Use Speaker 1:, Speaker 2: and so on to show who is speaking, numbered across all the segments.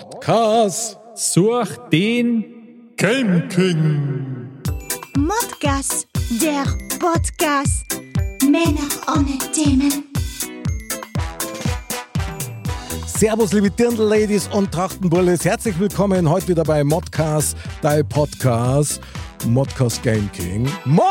Speaker 1: Modcast, such den Game King.
Speaker 2: Modcast, der Podcast. e Männer ohne Themen.
Speaker 3: Servus, liebe Dirndl-Ladies und Trachtenbullis. Herzlich willkommen heute wieder bei Modcast, dein Podcast. Modcast Game King. Mod!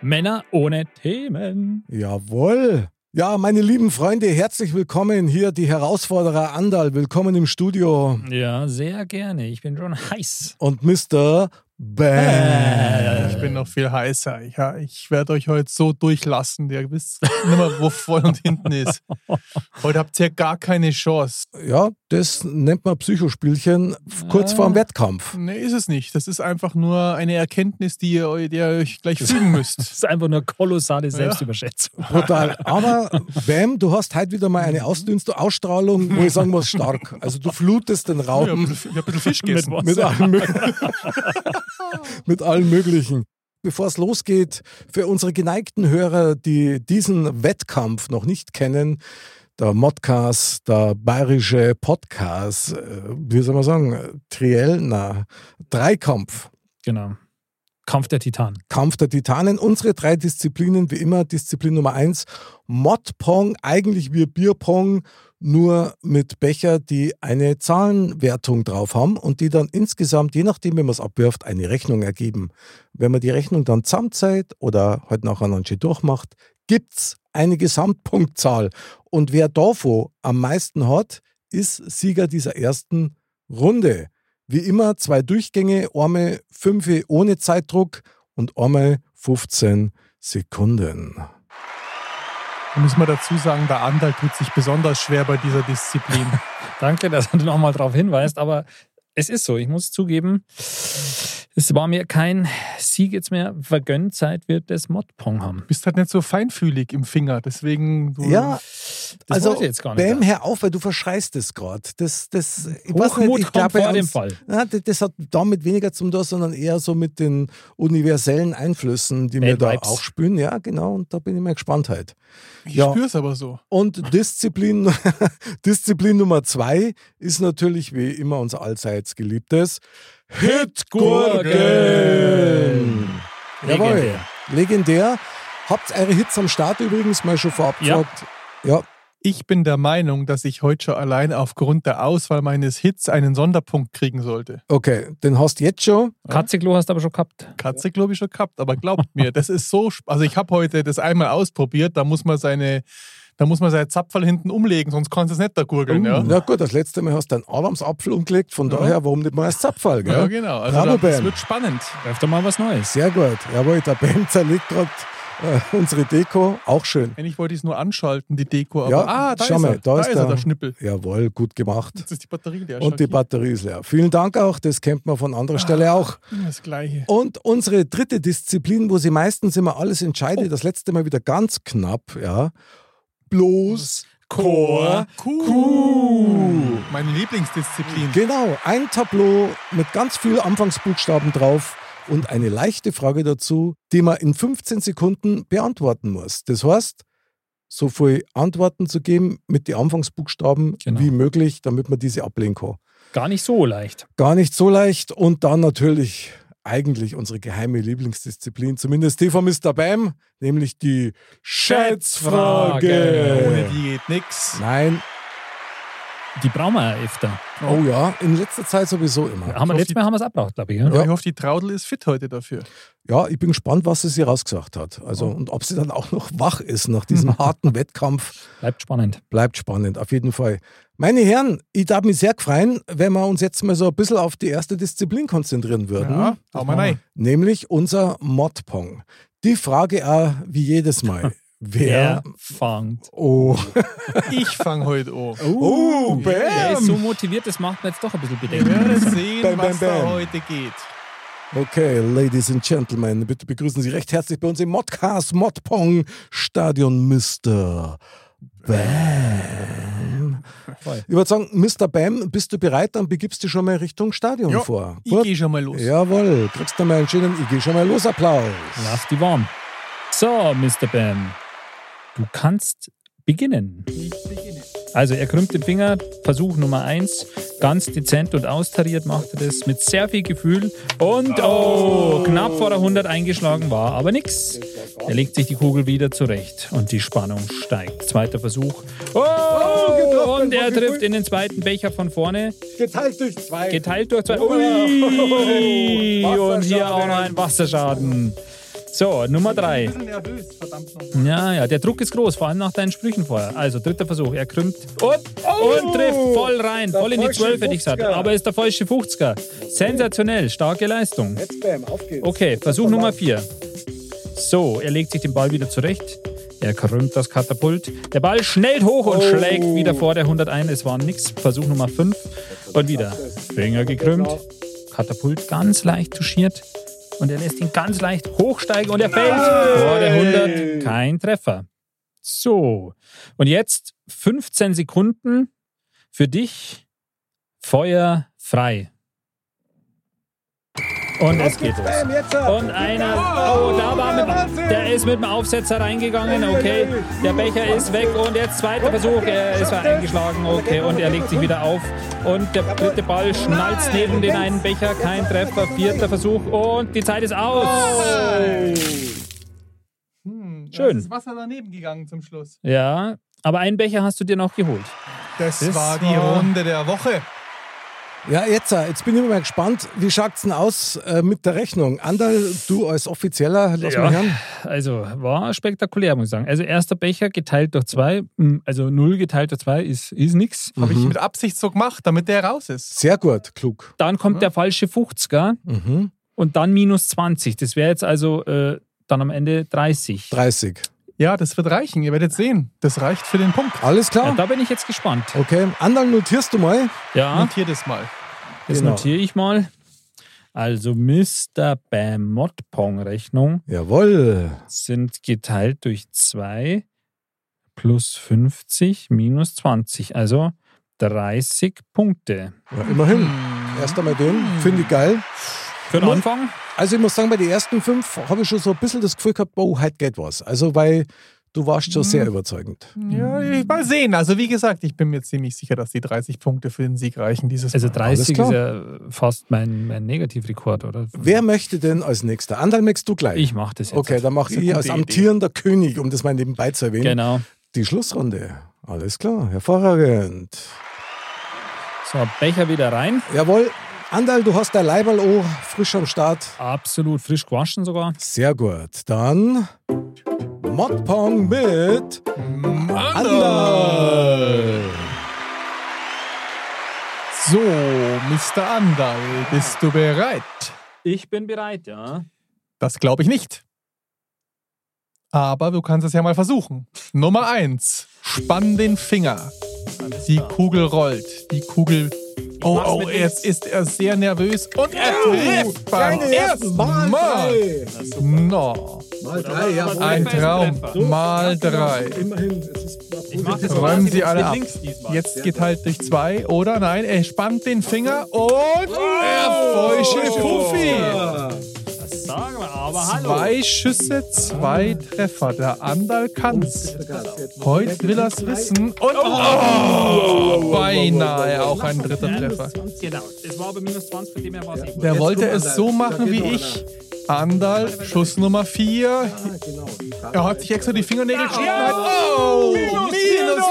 Speaker 1: Männer ohne Themen.
Speaker 3: Jawohl! Ja, meine lieben Freunde, herzlich willkommen hier, die Herausforderer Andal. Willkommen im Studio.
Speaker 1: Ja, sehr gerne. Ich bin schon heiß.
Speaker 3: Und Mr. Bam.
Speaker 4: Ich bin noch viel heißer. Ja, ich werde euch heute so durchlassen. Ihr wisst nicht mehr, wo vorne und hinten ist. Heute habt ihr gar keine Chance.
Speaker 3: Ja, das nennt man Psychospielchen f- kurz vorm Wettkampf.
Speaker 4: Nee, ist es nicht. Das ist einfach nur eine Erkenntnis, die ihr, eu- der ihr euch gleich fügen
Speaker 1: Das
Speaker 4: müsst.
Speaker 1: ist einfach nur kolossale Selbstüberschätzung.
Speaker 3: Brutal. Aber Bam, du hast heute wieder mal eine ausdünnste Ausstrahlung, wo ich sagen muss, stark. Also du flutest den
Speaker 4: Ich habe ein
Speaker 3: Raum.
Speaker 4: bisschen ich hab ein bisschen Fisch gegessen.
Speaker 1: was?
Speaker 3: mit, allen mög- mit allen möglichen. Bevor es losgeht, für unsere geneigten Hörer, die diesen Wettkampf noch nicht kennen, der Modcast, der bayerische Podcast, äh, wie soll man sagen, äh, Triell, na, Dreikampf,
Speaker 1: Genau. Kampf der Titanen.
Speaker 3: Kampf der Titanen, unsere drei Disziplinen, wie immer, Disziplin Nummer eins, Modpong, eigentlich wie Bierpong, nur mit Becher, die eine Zahlenwertung drauf haben und die dann insgesamt, je nachdem, wie man es abwirft, eine Rechnung ergeben. Wenn man die Rechnung dann zusammenzählt oder halt heute nacheinander durchmacht, gibt es eine Gesamtpunktzahl. Und wer davon am meisten hat, ist Sieger dieser ersten Runde. Wie immer zwei Durchgänge, einmal 5 ohne Zeitdruck und einmal 15 Sekunden.
Speaker 4: Da muss man dazu sagen, der Andal tut sich besonders schwer bei dieser Disziplin.
Speaker 1: Danke, dass du nochmal darauf hinweist, aber es ist so, ich muss zugeben, es war mir kein Sieg jetzt mehr vergönnt, seit wir das Modpong haben.
Speaker 4: Du bist halt nicht so feinfühlig im Finger. Deswegen, du,
Speaker 3: Ja,
Speaker 1: Das
Speaker 3: also
Speaker 1: wollte ich jetzt gar nicht.
Speaker 3: Bam, hör auf, weil du verschreist es gerade. Das, das, ich weiß
Speaker 1: Hochmut
Speaker 3: nicht, ich
Speaker 1: kommt
Speaker 3: glaube,
Speaker 1: vor dem
Speaker 3: uns-
Speaker 1: Fall.
Speaker 3: Ja, das, das hat damit weniger zum tun, sondern eher so mit den universellen Einflüssen, die wir
Speaker 1: Bad
Speaker 3: da
Speaker 1: Vibes.
Speaker 3: auch spüren. Ja, genau, und da bin ich mal gespannt halt.
Speaker 4: ich
Speaker 3: ja.
Speaker 4: spür's aber so.
Speaker 3: Und Disziplin, Disziplin Nummer zwei ist natürlich wie immer unser allseits geliebtes Hitgurken. Jawohl,
Speaker 1: Legendär.
Speaker 3: legendär. Habt ihr eure Hits am Start übrigens mal schon vorab
Speaker 1: Ja.
Speaker 3: gefragt? Ja.
Speaker 4: Ich bin der Meinung, dass ich heute schon allein aufgrund der Auswahl meines Hits einen Sonderpunkt kriegen sollte.
Speaker 3: okay, den hast du jetzt schon.
Speaker 1: Katzeklo hast du aber schon gehabt.
Speaker 4: Katze, glaube ich, schon gehabt. Aber glaubt mir, das ist so. sp- Also ich habe heute das einmal ausprobiert, da muss man seine, da muss man seinen Zapferl hinten umlegen, sonst kannst du es nicht da gurgeln, ja?
Speaker 3: Na gut, das letzte Mal hast du einen Adamsapfel umgelegt, von daher, warum nicht mal als Zapfall, gell?
Speaker 4: Ja, genau. Also
Speaker 3: Bravo,
Speaker 4: da, das
Speaker 3: Bam.
Speaker 4: wird spannend.
Speaker 1: Öfter mal was Neues.
Speaker 3: Sehr gut. Jawohl, der Ben zerlegt gerade äh, unsere Deko, auch schön.
Speaker 4: Eigentlich wollte ich es nur anschalten, die Deko, aber
Speaker 3: Ja,
Speaker 4: ah, da
Speaker 3: schau
Speaker 4: ist
Speaker 3: mal,
Speaker 4: er, da, ist er, der Schnippel.
Speaker 3: Jawohl, gut gemacht.
Speaker 4: Jetzt ist die Batterie leer. schau,
Speaker 3: Und die
Speaker 4: hier,
Speaker 3: Batterie ist leer. Vielen Dank auch, das kennt man von anderer Stelle
Speaker 4: Ah.
Speaker 3: auch.
Speaker 4: immer das Gleiche.
Speaker 3: Und unsere dritte Disziplin, wo sie meistens immer alles
Speaker 4: Oh.
Speaker 3: entscheidet, das letzte Mal wieder ganz knapp, ja. Bloß Chor.
Speaker 4: Kuh. Meine Lieblingsdisziplin.
Speaker 3: Genau, ein Tableau mit ganz viel Anfangsbuchstaben drauf und eine leichte Frage dazu, die man in 15 Sekunden beantworten muss. Das heißt, so viel Antworten zu geben mit den Anfangsbuchstaben
Speaker 1: Genau.
Speaker 3: wie möglich, damit man diese ablehnen kann.
Speaker 1: Gar nicht so leicht.
Speaker 3: Gar nicht so leicht und dann natürlich eigentlich unsere geheime Lieblingsdisziplin, zumindest die von Mr. Bam, nämlich die
Speaker 1: Schätzfrage.
Speaker 3: Schätzfrage.
Speaker 4: Ohne die geht nix.
Speaker 3: Nein,
Speaker 1: Die brauchen wir ja öfter.
Speaker 3: oh ja, in letzter Zeit sowieso immer.
Speaker 1: Haben wir
Speaker 4: Ich
Speaker 1: letztes
Speaker 4: hoffe,
Speaker 1: Mal haben wir es abbraucht, glaube ich. Ja?
Speaker 4: Ich hoffe, die Traudel ist fit heute dafür.
Speaker 3: Ja, ich bin gespannt, was sie sich rausgesagt hat. Also, und ob sie dann auch noch wach ist nach diesem harten Wettkampf.
Speaker 1: Bleibt spannend.
Speaker 3: Bleibt spannend, auf jeden Fall. Meine Herren, ich darf mich sehr freuen, wenn wir uns jetzt mal so ein bisschen auf die erste Disziplin konzentrieren würden.
Speaker 4: Ja, hau mal rein.
Speaker 3: Nämlich unser Modpong. Die Frage auch wie jedes Mal. Wer?
Speaker 1: Er fangt.
Speaker 3: Oh.
Speaker 4: Ich fange heute um. an.
Speaker 3: Oh,
Speaker 1: Der ist so
Speaker 3: bam!
Speaker 1: motiviert, das macht mir jetzt doch ein bisschen
Speaker 4: Wir
Speaker 1: Bedenken.
Speaker 4: werden sehen,
Speaker 3: Bam, bam,
Speaker 4: was da
Speaker 3: bam.
Speaker 4: heute geht.
Speaker 3: Okay, Ladies and Gentlemen, bitte begrüßen Sie recht herzlich bei uns im Modcast Modpong Stadion Mr. Bam.
Speaker 1: Voll.
Speaker 3: Ich würde sagen, Mr. Bam, bist du bereit? Dann begibst du schon mal Richtung Stadion
Speaker 4: Ja,
Speaker 3: vor.
Speaker 4: Ich
Speaker 3: Gut.
Speaker 4: gehe schon mal los.
Speaker 3: Jawohl, kriegst du mal einen schönen Ich geh schon mal los Applaus.
Speaker 1: Lass die warm. So, Mr. Bam. Du kannst beginnen.
Speaker 4: Ich beginne.
Speaker 1: Also er krümmt den Finger, Versuch Nummer eins, ganz dezent und austariert macht er das mit sehr viel Gefühl und oh, knapp vor der 100 eingeschlagen war, aber nix. Er legt sich die Kugel wieder zurecht und die Spannung steigt. Zweiter Versuch. Oh,
Speaker 5: getroffen,
Speaker 1: und er
Speaker 5: voll
Speaker 1: trifft
Speaker 5: gefühlt.
Speaker 1: in den zweiten Becher von vorne.
Speaker 5: Geteilt halt durch zwei.
Speaker 1: Geteilt durch zwei.
Speaker 5: Ui.
Speaker 1: Ui! Und hier
Speaker 5: Wasserschaden.
Speaker 1: auch noch ein Wasserschaden. So, Nummer drei.
Speaker 4: bisschen nervös, verdammt nochmal.
Speaker 1: Ja, ja, der Druck ist groß, vor allem nach deinen Sprüchen vorher. Also, dritter Versuch, er krümmt und, und trifft voll rein,
Speaker 5: Oh! Der
Speaker 1: voll in die
Speaker 5: falsche
Speaker 1: 12, hätte ich gesagt.
Speaker 5: 50er.
Speaker 1: Aber ist der falsche 50er. Sensationell, starke Leistung.
Speaker 5: Jetzt bam, auf geht's.
Speaker 1: Okay, Versuch Nummer 4. So, er legt sich den Ball wieder zurecht. Er krümmt das Katapult. Der Ball schnellt hoch
Speaker 5: Oh.
Speaker 1: und schlägt wieder vor der 100 ein. Es war nix. Versuch Nummer 5. Und wieder. Finger gekrümmt.
Speaker 5: genau.
Speaker 1: Katapult ganz leicht touchiert. Und er lässt ihn ganz leicht hochsteigen und er fällt vor der 100. Kein Treffer. So. Und jetzt 15 Sekunden für dich. Feuer frei. Und es geht los.
Speaker 5: Bam, jetzt ab.
Speaker 1: Und einer, oh, da war mit, der ist mit dem Aufsetzer reingegangen, okay. Der Becher ist weg und jetzt zweiter Versuch, er ist eingeschlagen, okay. Und er legt sich wieder auf und der dritte Ball schnalzt neben den einen Becher, kein Treffer, vierter Versuch und die Zeit ist aus.
Speaker 4: Hm, da
Speaker 1: Schön.
Speaker 4: Ist das Wasser daneben gegangen zum Schluss.
Speaker 1: Ja, aber einen Becher hast du dir noch geholt.
Speaker 4: Das,
Speaker 3: Das
Speaker 4: war die
Speaker 3: war-
Speaker 4: Runde der Woche.
Speaker 3: Ja, jetzt, äh, jetzt bin ich mal gespannt, wie schaut's denn aus äh, mit der Rechnung? Anderl, du als Offizieller, lass
Speaker 1: Ja.
Speaker 3: mal hören.
Speaker 1: Also war spektakulär, muss ich sagen. Also erster Becher geteilt durch zwei, mm, also null geteilt durch zwei ist, ist nix.
Speaker 4: Habe ich
Speaker 3: Mhm.
Speaker 4: mit Absicht so gemacht, damit der raus ist.
Speaker 3: Sehr gut, klug.
Speaker 1: Dann kommt der falsche 50er
Speaker 3: Mhm.
Speaker 1: und dann minus 20. Das wäre jetzt also äh, dann am Ende 30.
Speaker 3: 30.
Speaker 4: Ja, das wird reichen. Ihr werdet sehen. Das reicht für den Punkt.
Speaker 3: Alles
Speaker 1: Ja,
Speaker 3: klar?
Speaker 1: da bin ich jetzt gespannt.
Speaker 3: Okay, Anderl, notierst du mal?
Speaker 1: Ja,
Speaker 4: Notiert es mal.
Speaker 1: das
Speaker 3: genau.
Speaker 1: notiere ich mal. Also Mr. Bam Pong Rechnung
Speaker 3: Jawohl.
Speaker 1: sind geteilt durch 2 plus 50 minus 20, also 30 Punkte.
Speaker 3: Ja, immerhin.
Speaker 1: Mhm.
Speaker 3: Erst einmal den, finde ich geil.
Speaker 1: Für den Anfang?
Speaker 3: Also ich muss sagen, bei den ersten fünf habe ich schon so ein bisschen das Gefühl gehabt, boah, heute geht was. Also weil du warst
Speaker 4: Mhm.
Speaker 3: schon sehr überzeugend.
Speaker 4: Ja, ich- mal sehen. Also, wie gesagt, ich bin mir ziemlich sicher, dass die 30 Punkte für den Sieg reichen dieses
Speaker 1: Also
Speaker 4: Mal.
Speaker 1: 30
Speaker 3: Alles
Speaker 1: ist ja fast mein, mein Negativrekord, oder?
Speaker 3: Wer möchte denn als nächster? Anderl, möchtest du gleich?
Speaker 1: Ich mache das jetzt.
Speaker 3: Okay, dann mache
Speaker 4: ist eine
Speaker 3: ich
Speaker 4: gute
Speaker 3: als
Speaker 4: Idee.
Speaker 3: amtierender König, um das mal nebenbei zu erwähnen,
Speaker 1: Genau.
Speaker 3: die Schlussrunde. Alles klar, hervorragend.
Speaker 1: So, Becher wieder rein.
Speaker 3: Jawohl, Andal, du hast dein Leiberl auch frisch am Start.
Speaker 1: Absolut frisch gewaschen sogar.
Speaker 3: Sehr gut. Dann Modpong mit Andal.
Speaker 4: So, Mr. Andal, bist du bereit?
Speaker 1: Ich bin bereit, ja.
Speaker 4: Das glaube ich nicht. Aber du kannst es ja mal versuchen. Nummer 1. Spann den Finger. Die Kugel rollt. Die Kugel. Oh,
Speaker 1: mach's
Speaker 4: oh,
Speaker 1: mit
Speaker 4: jetzt ist er sehr nervös und er trifft beim
Speaker 5: Deine
Speaker 4: ersten
Speaker 5: ersten Mal.
Speaker 4: Mal.
Speaker 5: drei.
Speaker 4: No,
Speaker 5: Mal drei, ja.
Speaker 4: ein
Speaker 1: Treffer ist
Speaker 4: Traum.
Speaker 1: Treffer.
Speaker 4: Mal Äh,
Speaker 3: genau.
Speaker 4: drei.
Speaker 5: Immerhin, es ist mal
Speaker 1: Ich mach das
Speaker 5: positiv.
Speaker 1: aber
Speaker 4: Räumen
Speaker 1: quasi
Speaker 4: Sie alle
Speaker 1: mit
Speaker 4: ab.
Speaker 1: links diesmal.
Speaker 4: Jetzt geteilt durch zwei, oder? Nein, er spannt den Finger und er feuchte Puffi.
Speaker 1: Ah. Das sagen wir, aber hallo.
Speaker 4: Zwei Schüsse, zwei Treffer. Der Andal kann's. Heute will er's wissen. Und oh, beinahe auch ein dritter Treffer.
Speaker 1: Genau, es war aber minus 20, von dem her war es eh gut.
Speaker 4: Der wollte
Speaker 5: guck,
Speaker 4: es so
Speaker 5: Andal.
Speaker 4: machen wie
Speaker 5: Da geht
Speaker 4: ich. Andal, Schuss Nummer vier. Er hat sich extra die Fingernägel geschnitten. Oh, minus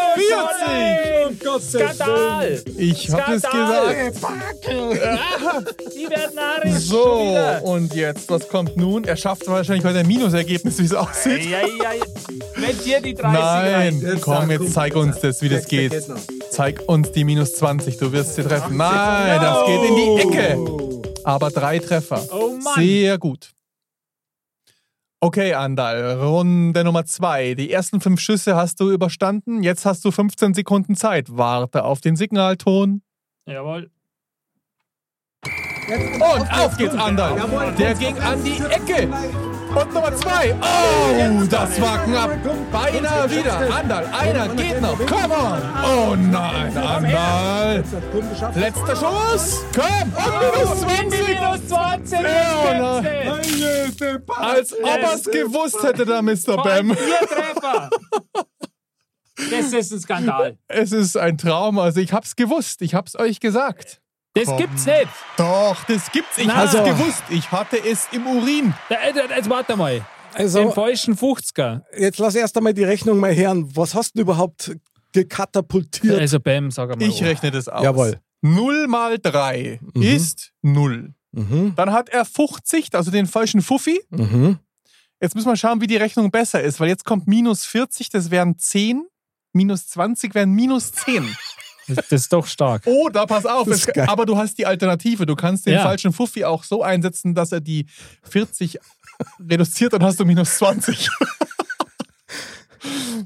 Speaker 4: 40.
Speaker 1: Skandal!
Speaker 4: Ich hab es
Speaker 1: Skandal!
Speaker 4: gesagt.
Speaker 1: Die werden arisch
Speaker 4: So, und jetzt, was kommt nun? Er schafft wahrscheinlich heute ein Minusergebnis, wie es aussieht.
Speaker 1: Ja, ja, ja. Wenn dir die 30 rein.
Speaker 4: Nein,
Speaker 5: Jetzt
Speaker 4: komm,
Speaker 5: sag,
Speaker 4: jetzt
Speaker 5: komm,
Speaker 4: zeig uns das, wie das geht.
Speaker 5: jetzt noch.
Speaker 4: Zeig uns die minus 20, du wirst sie treffen. Nein, das geht in die Ecke. Aber drei Treffer.
Speaker 1: Oh Mann.
Speaker 4: Sehr gut. Okay, Andal, Runde Nummer zwei. Die ersten fünf Schüsse hast du überstanden. Jetzt hast du 15 Sekunden Zeit. Warte auf den Signalton.
Speaker 1: Jawohl.
Speaker 4: Und auf geht's, Andal. Der ging an die Ecke. Und Nummer zwei. Oh, das war knapp. Beinahe wieder. Andal, einer geht noch. Come on. Oh nein, Andal. Letzter Schuss. Komm.
Speaker 1: Oh,
Speaker 4: Und minus 20.
Speaker 1: Minus 20!
Speaker 4: Ja, ne?
Speaker 1: das
Speaker 4: nein.
Speaker 1: Ganze.
Speaker 4: Als ob er's gewusst hätte, da Mr.
Speaker 1: Vor allem
Speaker 4: Bam.
Speaker 1: Vier Treffer! Das ist ein Skandal.
Speaker 4: Es ist ein Traum. Also ich hab's gewusst. Ich hab's euch gesagt.
Speaker 1: Das
Speaker 4: Komm.
Speaker 1: gibt's nicht.
Speaker 4: Doch, das gibt's. Ich
Speaker 1: Na.
Speaker 4: hab's
Speaker 1: Also-
Speaker 4: gewusst. Ich hatte es im Urin.
Speaker 1: Da, äh, da, Jetzt warte mal. Den
Speaker 3: Also,
Speaker 1: falschen 50er.
Speaker 3: jetzt lass erst einmal die Rechnung mal hören. Was hast du denn überhaupt gekatapultiert?
Speaker 1: Also, Bam, sag mal.
Speaker 4: Ich rechne das aus.
Speaker 3: Jawohl.
Speaker 4: 0 mal 3
Speaker 3: Mhm.
Speaker 4: ist 0.
Speaker 3: Mhm,
Speaker 4: Dann hat er 50, also den falschen Fuffi.
Speaker 3: mhm,
Speaker 4: Jetzt müssen wir schauen, wie die Rechnung besser ist, weil jetzt kommt minus 40, das wären 10. Minus 20 wären minus 10.
Speaker 1: Das das ist doch stark.
Speaker 3: Oh.
Speaker 4: Oder, pass auf,
Speaker 3: Das ist
Speaker 4: es,
Speaker 3: geil.
Speaker 4: aber du hast die Alternative. Du kannst den
Speaker 1: Ja.
Speaker 4: falschen Fuffi auch so einsetzen, dass er die 40 reduziert, dann hast du minus 20.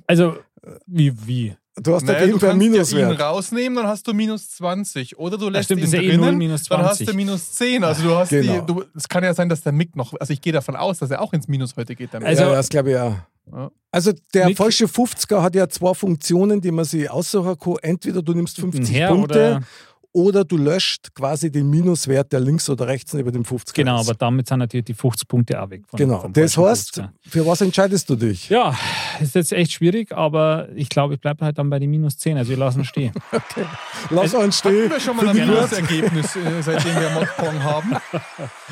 Speaker 1: Also, wie, wie?
Speaker 3: Du hast auf
Speaker 4: Naja,
Speaker 3: jeden
Speaker 4: du
Speaker 3: Fall
Speaker 4: kannst ja ihn
Speaker 3: Minuswert.
Speaker 4: rausnehmen, dann hast du minus 20. Oder du lässt
Speaker 1: stimmt,
Speaker 4: ihn
Speaker 1: ist ja eh
Speaker 4: drinnen,
Speaker 1: null minus
Speaker 4: dann hast
Speaker 1: 20.
Speaker 4: du minus 10. Also du hast
Speaker 3: Genau.
Speaker 4: die, du, es kann ja sein, dass der Mick noch, also ich gehe davon aus, dass er auch ins Minus heute geht damit.
Speaker 1: Also-
Speaker 3: ja, das glaube ich auch.
Speaker 4: Ja.
Speaker 3: Also der
Speaker 1: Nick-
Speaker 3: falsche 50er hat ja zwei Funktionen, die man sich aussuchen kann. Entweder du nimmst 50
Speaker 1: Her
Speaker 3: Punkte
Speaker 1: oder.
Speaker 3: oder du löscht quasi den Minuswert, der links oder rechts neben dem 50er
Speaker 1: Genau,
Speaker 3: ist.
Speaker 1: aber damit sind natürlich die 50 Punkte auch weg. Von,
Speaker 3: Genau.
Speaker 1: vom
Speaker 3: Das
Speaker 1: falschen
Speaker 3: heißt,
Speaker 1: 50er.
Speaker 3: für was entscheidest du dich?
Speaker 1: Ja, ist jetzt echt schwierig, aber ich glaube, ich bleibe halt dann bei den minus 10. Also, wir lassen stehen.
Speaker 3: Lass uns
Speaker 4: Hatten
Speaker 3: stehen.
Speaker 4: wir schon mal ein
Speaker 1: Genau.
Speaker 4: Minusergebnis, äh, seitdem wir Modpong haben?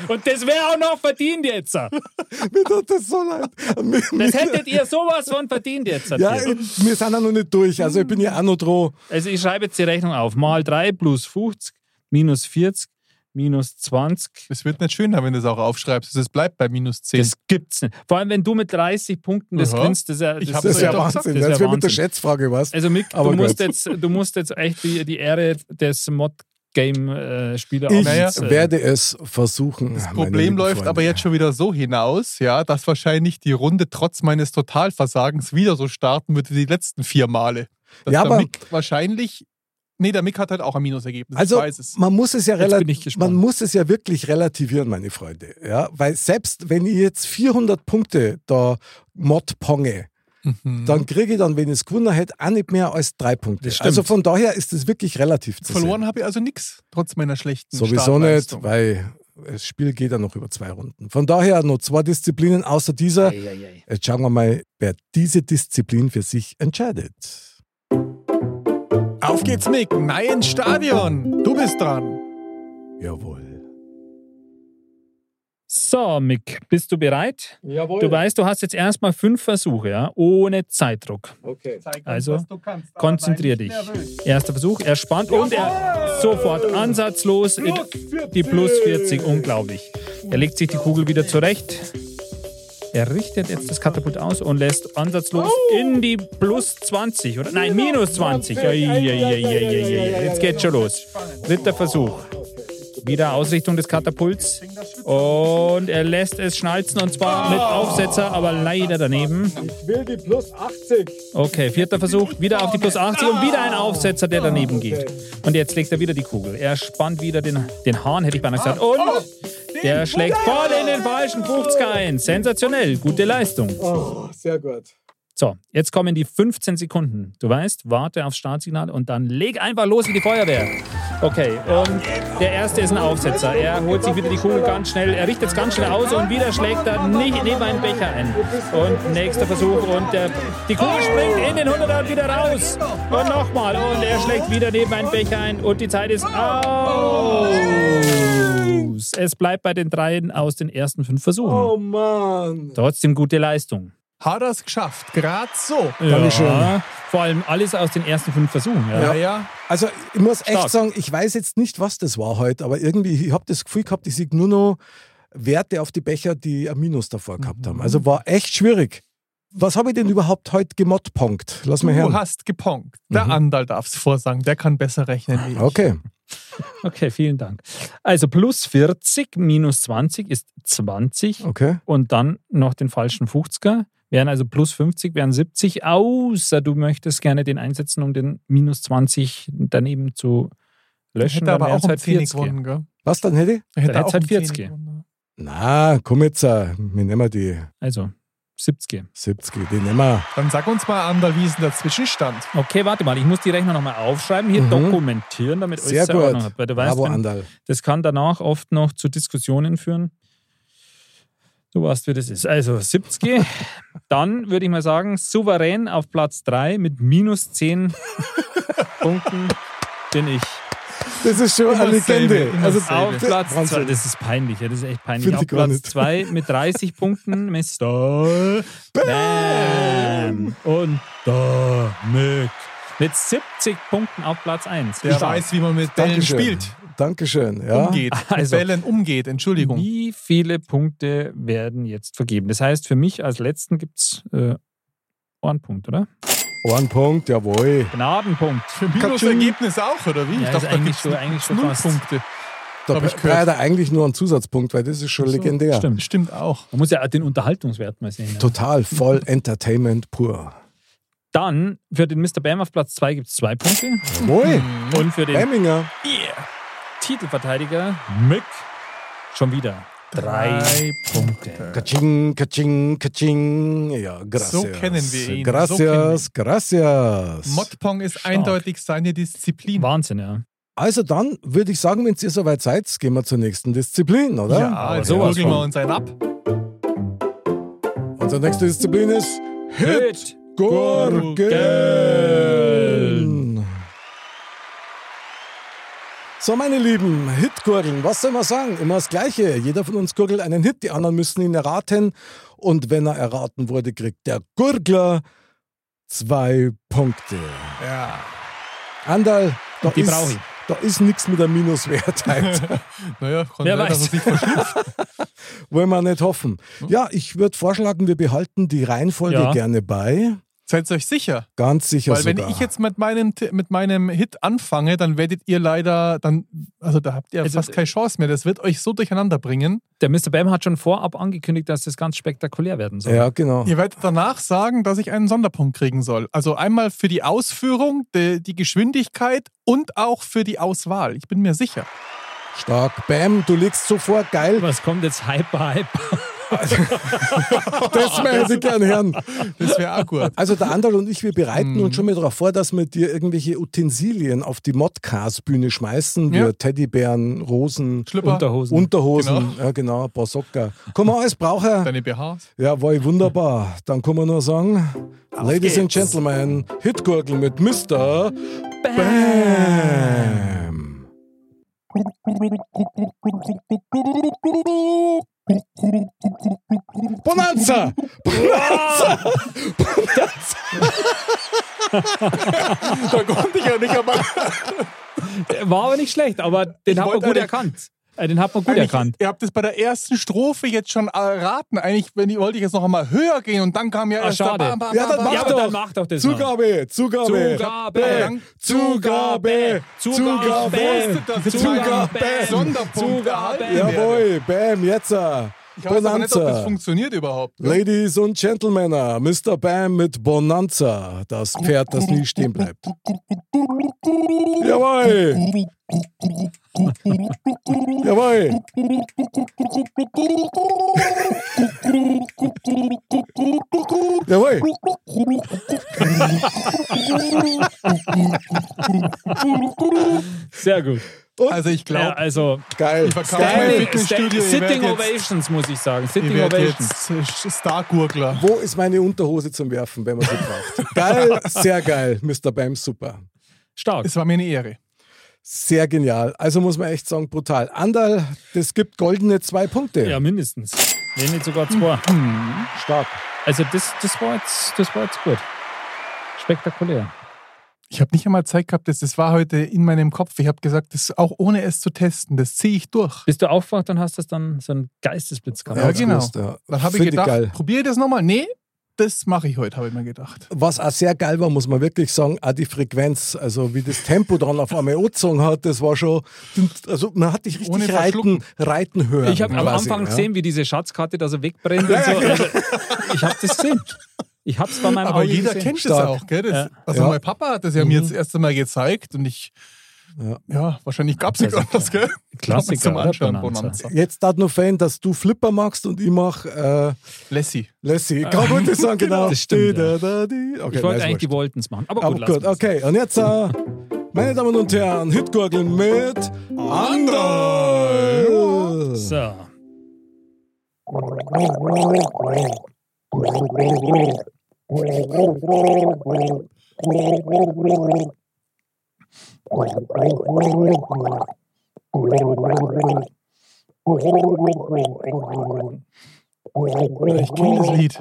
Speaker 1: Und das wäre auch noch verdient jetzt.
Speaker 3: Mir tut das so leid. Mir- mir-
Speaker 1: Das hättet ihr sowas von verdient jetzt.
Speaker 3: Ja, ich, wir sind ja noch nicht durch. Also ich bin ja auch noch dran.
Speaker 1: Also ich schreibe jetzt die Rechnung auf. Mal 3 plus 50 minus 40 minus 20.
Speaker 4: Es wird nicht schöner, wenn du es auch aufschreibst. Also Es bleibt bei minus 10.
Speaker 1: Das gibt's nicht. Vor allem, wenn du mit 30 Punkten das
Speaker 4: Aha.
Speaker 1: gewinnst, das ist ja,
Speaker 4: Ich
Speaker 1: das
Speaker 4: hab's
Speaker 3: Das ist
Speaker 4: ja
Speaker 3: ja
Speaker 4: doch
Speaker 1: gesagt,
Speaker 3: Wahnsinn.
Speaker 1: das
Speaker 3: Das
Speaker 1: wär
Speaker 3: ist ja mit der
Speaker 1: Wahnsinn.
Speaker 3: Schätzfrage, was?
Speaker 1: Also Mick, du
Speaker 3: Aber
Speaker 1: musst,
Speaker 3: gut.
Speaker 1: jetzt, du musst jetzt echt die, die Ehre des äh, Mod-Game-Spielers
Speaker 3: Ich
Speaker 4: Naja.
Speaker 3: werde es versuchen. Das
Speaker 4: Problem läuft aber jetzt schon wieder so hinaus, ja, dass wahrscheinlich die Runde trotz meines Totalversagens wieder so starten würde wie die letzten vier Male. Dass
Speaker 3: Ja,
Speaker 4: der
Speaker 3: aber-
Speaker 4: Mick wahrscheinlich. Nee, der Mick hat halt auch ein Minusergebnis.
Speaker 3: Also
Speaker 4: ich weiß es.
Speaker 3: man muss es ja
Speaker 1: Jetzt bin
Speaker 3: relativ,
Speaker 1: ich gespannt.
Speaker 3: man muss es ja wirklich relativieren, meine Freunde. Ja, weil selbst wenn ich jetzt 400 Punkte da Mod ponge,
Speaker 4: Mhm.
Speaker 3: dann kriege ich dann, wenn ich es gewonnen hätte, auch nicht mehr als drei Punkte.
Speaker 1: Das stimmt.
Speaker 3: Also von daher ist es wirklich relativ zu
Speaker 4: Verloren habe ich also nichts, trotz meiner schlechten
Speaker 3: sehen. Sowieso nicht,
Speaker 4: Startleistung.
Speaker 3: weil das Spiel geht ja noch über zwei Runden. Von daher noch zwei Disziplinen außer dieser. Jetzt schauen wir mal, wer diese Disziplin für sich entscheidet.
Speaker 4: Auf geht's, Mick. Nein, ins Stadion. Du bist dran.
Speaker 3: Jawohl.
Speaker 1: So, Mick, bist du bereit?
Speaker 5: Jawohl.
Speaker 1: Du weißt, du hast jetzt erstmal fünf Versuche, ja, ohne Zeitdruck.
Speaker 5: Okay.
Speaker 4: Zeig uns,
Speaker 1: Also,
Speaker 4: was du kannst, aber
Speaker 1: Konzentrier
Speaker 4: sei
Speaker 1: dich.
Speaker 4: nicht nervös.
Speaker 1: Erster Versuch, er spannt und er sofort ansatzlos in die plus 40. Unglaublich. Er legt sich die Kugel wieder zurecht. Er richtet jetzt das Katapult aus und lässt ansatzlos in die plus 20, oder? Nein, minus 20. Ei, ei, ei, ei, ei, ei, ei. Jetzt geht's schon los. Dritter Versuch. Wieder Ausrichtung des Katapults. Und er lässt es schnalzen und zwar mit Aufsetzer, aber leider daneben.
Speaker 5: Ich will die plus 80.
Speaker 1: Okay, vierter Versuch, wieder auf die plus 80 und wieder ein Aufsetzer, der daneben geht. Und jetzt legt er wieder die Kugel. Er spannt wieder den, den Hahn, hätte ich beinahe gesagt. Und der schlägt voll in den falschen 50er ein. Sensationell, gute Leistung.
Speaker 5: Oh, sehr gut.
Speaker 1: So, jetzt kommen die 15 Sekunden. Du weißt, warte aufs Startsignal und dann leg einfach los wie die Feuerwehr. Okay, und der erste ist ein Aufsetzer. Er holt sich wieder die Kugel ganz schnell, er richtet es ganz schnell aus und wieder schlägt er nicht neben einen Becher ein. Und nächster Versuch und der, die Kugel springt in den 100er wieder raus. Und nochmal und er schlägt wieder neben einen Becher ein und die Zeit ist aus. Es bleibt bei den dreien aus den ersten fünf
Speaker 5: Oh
Speaker 1: Versuchen.
Speaker 5: Mann.
Speaker 1: Trotzdem gute Leistung.
Speaker 4: Hat er es geschafft. Gerade so.
Speaker 3: Dankeschön.
Speaker 1: Ja, vor allem alles aus den ersten fünf Versuchen. Ja.
Speaker 4: Ja, ja.
Speaker 3: Also ich muss
Speaker 1: Stark.
Speaker 3: echt sagen, ich weiß jetzt nicht, was das war heute, aber irgendwie, ich habe das Gefühl gehabt, ich sehe nur noch Werte auf die Becher, die ein Minus davor gehabt haben. Also war echt schwierig. Was habe ich denn überhaupt heute gemodpunkt? Lass mal
Speaker 4: Du
Speaker 3: hören.
Speaker 4: hast geponkt.
Speaker 1: Mhm.
Speaker 4: Der Andal darf es vorsagen. Der kann besser rechnen. wie ich.
Speaker 3: Okay.
Speaker 1: Okay, vielen Dank. Also plus 40 minus 20 ist 20
Speaker 3: Okay.
Speaker 1: und dann noch den falschen 50er. Wären also plus 50, wären 70, außer du möchtest gerne den einsetzen, um den minus 20 daneben zu löschen.
Speaker 4: Hätte aber
Speaker 1: dann halt
Speaker 4: auch
Speaker 1: wären's
Speaker 4: um 10
Speaker 1: 40.
Speaker 4: gewonnen, gell?
Speaker 3: Was dann hätte ich?
Speaker 1: Dann hätt's
Speaker 4: auch
Speaker 1: halt
Speaker 4: um 10
Speaker 1: 40.
Speaker 4: gewonnen.
Speaker 3: Na, komm jetzt, äh, wir nehmen die
Speaker 1: Also 70.
Speaker 3: 70, die nehmen wir.
Speaker 4: Dann sag uns mal, Ander, wie ist denn der Zwischenstand?
Speaker 1: Okay, warte mal, ich muss die Rechnung nochmal aufschreiben, hier
Speaker 3: Mhm.
Speaker 1: dokumentieren, damit alles
Speaker 3: Sehr
Speaker 1: in Ordnung
Speaker 3: gut.
Speaker 1: hat. Weil du weißt,
Speaker 3: Bravo,
Speaker 1: wenn,
Speaker 3: Andal.
Speaker 1: das kann danach oft noch zu Diskussionen führen. Du weißt, wie das ist. Also 70. Dann würde ich mal sagen, souverän auf Platz 3 mit minus 10 Punkten bin ich.
Speaker 3: Das ist schon eine Legende.
Speaker 1: Immer
Speaker 3: Also,
Speaker 1: auf Platz
Speaker 3: Wahnsinn.
Speaker 1: 2. Das ist peinlich, ja, das ist echt peinlich.
Speaker 3: Find
Speaker 1: auf
Speaker 3: ich gar
Speaker 1: Platz
Speaker 3: nicht.
Speaker 1: 2 mit 30 Punkten Mr. Bam. Und damit mit 70 Punkten auf Platz 1.
Speaker 4: Der weiß, wie man mit Bällen
Speaker 3: Dankeschön.
Speaker 4: spielt.
Speaker 3: Dankeschön. Ja.
Speaker 4: Umgeht.
Speaker 1: Also.
Speaker 4: Bällen umgeht, Entschuldigung.
Speaker 1: Wie viele Punkte werden jetzt vergeben? Das heißt, für mich als Letzten gibt es äh, einen Punkt, oder?
Speaker 3: Ein Punkt, jawohl.
Speaker 1: Gnadenpunkt. Für
Speaker 4: Minusergebnis auch, oder wie?
Speaker 1: Ja, ist eigentlich
Speaker 4: gibt's
Speaker 1: so, eigentlich so
Speaker 4: null
Speaker 1: fast.
Speaker 4: Punkte.
Speaker 3: Da
Speaker 4: Hab ich
Speaker 3: braucht
Speaker 4: gehört.
Speaker 3: er eigentlich nur einen Zusatzpunkt, weil das ist schon legendär.
Speaker 1: Stimmt.
Speaker 4: Stimmt auch.
Speaker 1: Man muss ja auch den Unterhaltungswert mal sehen. Ja.
Speaker 3: Total voll Entertainment pur.
Speaker 1: Dann für den Mr. Bam auf Platz 2 gibt es zwei Punkte.
Speaker 3: Jawohl.
Speaker 1: Und für den
Speaker 3: Hemminger.
Speaker 1: Titelverteidiger Mick schon wieder drei, Punkte.
Speaker 3: Kaching, kaching, kaching. Ja, gracias.
Speaker 4: So kennen wir ihn. So
Speaker 3: Gracias, gracias.
Speaker 4: Modpong ist
Speaker 1: Stark.
Speaker 4: eindeutig seine Disziplin.
Speaker 1: Wahnsinn, ja.
Speaker 3: Also dann würde ich sagen, wenn ihr soweit seid, gehen wir zur nächsten Disziplin, oder?
Speaker 4: Ja, also, jetzt
Speaker 1: sowas
Speaker 4: prügeln wir
Speaker 1: von.
Speaker 4: uns einen ab.
Speaker 3: Unsere nächste Disziplin ist
Speaker 1: Hit
Speaker 3: Hitgurgeln. So, meine Lieben, Hitgurgeln, was soll man sagen? Immer das Gleiche. Jeder von uns gurgelt einen Hit, die anderen müssen ihn erraten. Und wenn er erraten wurde, kriegt der Gurgler zwei Punkte.
Speaker 4: Ja.
Speaker 3: Andal, da
Speaker 1: Die
Speaker 3: ist,
Speaker 1: brauch ich.
Speaker 3: da ist nichts mit der Minuswertheit.
Speaker 4: Naja, kann
Speaker 1: Wer
Speaker 4: sein, dass
Speaker 1: weiß.
Speaker 4: es nicht verschluckt.
Speaker 3: Wollen wir nicht hoffen. Ja, ich würde vorschlagen, wir behalten die Reihenfolge
Speaker 1: Ja.
Speaker 3: gerne bei.
Speaker 4: Seid euch sicher.
Speaker 3: Ganz sicher
Speaker 4: Weil wenn
Speaker 3: sogar.
Speaker 4: ich jetzt mit meinem, Ti- mit meinem Hit anfange, dann werdet ihr leider, dann, also da habt ihr
Speaker 1: Also,
Speaker 4: fast keine Chance mehr. Das wird euch so durcheinander bringen.
Speaker 1: Der Mr. Bam hat schon vorab angekündigt, dass das ganz spektakulär werden soll.
Speaker 3: ja, genau.
Speaker 4: Ihr werdet danach sagen, dass ich einen Sonderpunkt kriegen soll. Also einmal für die Ausführung, die, die Geschwindigkeit und auch für die Auswahl. Ich bin mir sicher.
Speaker 3: Stark. Bam, du liegst sofort. Geil.
Speaker 1: Was kommt jetzt? Hyper, Hyper.
Speaker 3: Das möchte ich gern hören.
Speaker 4: Das wäre auch gut.
Speaker 3: Also der Anderl und ich, wir bereiten
Speaker 4: Mhm.
Speaker 3: uns schon mal darauf vor, dass wir dir irgendwelche Utensilien auf die Modcast-Bühne schmeißen. Wir
Speaker 4: Ja.
Speaker 3: Teddybären, Rosen,
Speaker 4: Schlüpper,
Speaker 1: Unterhosen.
Speaker 3: Unterhosen,
Speaker 4: Genau.
Speaker 3: ja genau, Basocca. Kann man alles brauchen.
Speaker 4: deine BHs.
Speaker 3: Jawohl, wunderbar. Dann kann man nur sagen, Ladies and Gentlemen, Hitgurgel mit Mr. Bam. Bonanza! Bonanza!
Speaker 4: Da konnte ich ja nicht einmal.
Speaker 1: Der Äh, War aber nicht schlecht, aber den hat man
Speaker 4: wollte
Speaker 1: gut
Speaker 4: eigentlich-
Speaker 1: erkannt. Äh, Den hat man gut
Speaker 4: Eigentlich,
Speaker 1: erkannt.
Speaker 4: Ihr habt es bei der ersten Strophe jetzt schon äh, erraten. Eigentlich wenn ich, wollte ich jetzt noch einmal höher gehen und dann kam ja
Speaker 1: Ah,
Speaker 4: erst der
Speaker 1: schade.
Speaker 4: Bam, bam,
Speaker 3: Ja,
Speaker 4: bam,
Speaker 3: dann
Speaker 4: bam.
Speaker 1: Ja,
Speaker 3: mach
Speaker 1: aber
Speaker 3: doch!
Speaker 1: dann mach doch das mal.
Speaker 3: Zugabe, Zugabe,
Speaker 1: Zugabe,
Speaker 3: Zugabe, Zugabe,
Speaker 4: Ich wusste, dass
Speaker 3: Zugabe,
Speaker 4: Bam, Sonderpunkt erhalten werden.
Speaker 3: Jawohl, Bam, jetzt. äh,
Speaker 4: Ich weiß aber nicht, ob das
Speaker 3: Bonanza.
Speaker 4: funktioniert überhaupt. ne?
Speaker 3: Ladies und Gentlemen, Mr. Bam mit Bonanza, das Pferd, das nie stehen bleibt. Jawohl! Jawohl! Jawohl!
Speaker 1: Sehr gut.
Speaker 4: Also ich
Speaker 1: Ja,
Speaker 4: glaube,
Speaker 1: also
Speaker 3: Geil!
Speaker 4: ich verkaufe mein
Speaker 1: Standing,
Speaker 4: Fitnessstudio. ihr werdet
Speaker 1: Sitting
Speaker 4: jetzt-
Speaker 1: Ovations, muss ich sagen. Sitting
Speaker 4: Ihr werdet
Speaker 1: Ovations.
Speaker 4: jetzt äh, Star-Gurgler.
Speaker 3: Wo ist meine Unterhose zum Werfen, wenn man sie braucht? geil, sehr geil, Mr. Bam, super.
Speaker 1: Stark.
Speaker 4: Es war mir eine Ehre.
Speaker 3: Sehr genial. Also muss man echt sagen, brutal. Andal, das gibt goldene zwei Punkte.
Speaker 1: Ja, mindestens. Wenn nicht sogar zwei.
Speaker 3: Stark.
Speaker 1: Also das, das, war jetzt, das war jetzt gut. Spektakulär.
Speaker 4: Ich habe nicht einmal Zeit gehabt, das, das war heute in meinem Kopf. Ich habe gesagt, das auch ohne es zu testen, das ziehe ich durch.
Speaker 1: Bist du aufgewacht und hast das dann so einen Geistesblitz gehabt.
Speaker 4: Ja, genau.
Speaker 3: gewusst, ja.
Speaker 4: Dann habe ich
Speaker 3: Finde ich
Speaker 4: gedacht,
Speaker 3: geil.
Speaker 4: probiere das nochmal. Nee, das mache ich heute, habe ich mir gedacht.
Speaker 3: Was auch sehr geil war, muss man wirklich sagen, auch die Frequenz, also wie das Tempo dann auf einmal angezogen hat, das war schon, also man hat dich
Speaker 4: Ohne
Speaker 3: richtig reiten, reiten hören.
Speaker 1: Ich habe am
Speaker 3: quasi,
Speaker 1: Anfang
Speaker 3: ja.
Speaker 1: gesehen, wie diese Schatzkarte da so wegbrennt. Und so. Also, ich habe das gesehen. Ich habe es bei meinem
Speaker 4: Aber
Speaker 1: Auge
Speaker 4: jeder
Speaker 1: gesehen.
Speaker 4: kennt
Speaker 3: Stark.
Speaker 4: das auch, gell? Das,
Speaker 1: Ja.
Speaker 4: Also
Speaker 3: Ja.
Speaker 4: mein Papa hat das ja mir jetzt das erste Mal gezeigt und ich. Ja, wahrscheinlich gab es nichts
Speaker 1: Das ist
Speaker 4: anderes, gell?
Speaker 1: Klassiker,
Speaker 4: Zum
Speaker 1: oder?
Speaker 4: Anschauen,
Speaker 1: Bonanza.
Speaker 4: Bonanza.
Speaker 3: Jetzt darf nur Fan, dass du Flipper machst und ich mach äh,
Speaker 4: Lassie.
Speaker 3: Lassie. Kann man das sagen, genau.
Speaker 1: Das stimmt, ja.
Speaker 3: Da, da, die. Okay,
Speaker 1: Ich wollte
Speaker 3: nein, ist
Speaker 1: eigentlich die
Speaker 3: wurscht.
Speaker 1: Woltons machen. Aber
Speaker 3: Aber
Speaker 1: gut, lassen
Speaker 3: gut,
Speaker 1: wir's.
Speaker 3: okay. Und jetzt, äh, meine Damen und Herren, Hitgurgeln mit Andal.
Speaker 1: So. Ich kenne das Lied.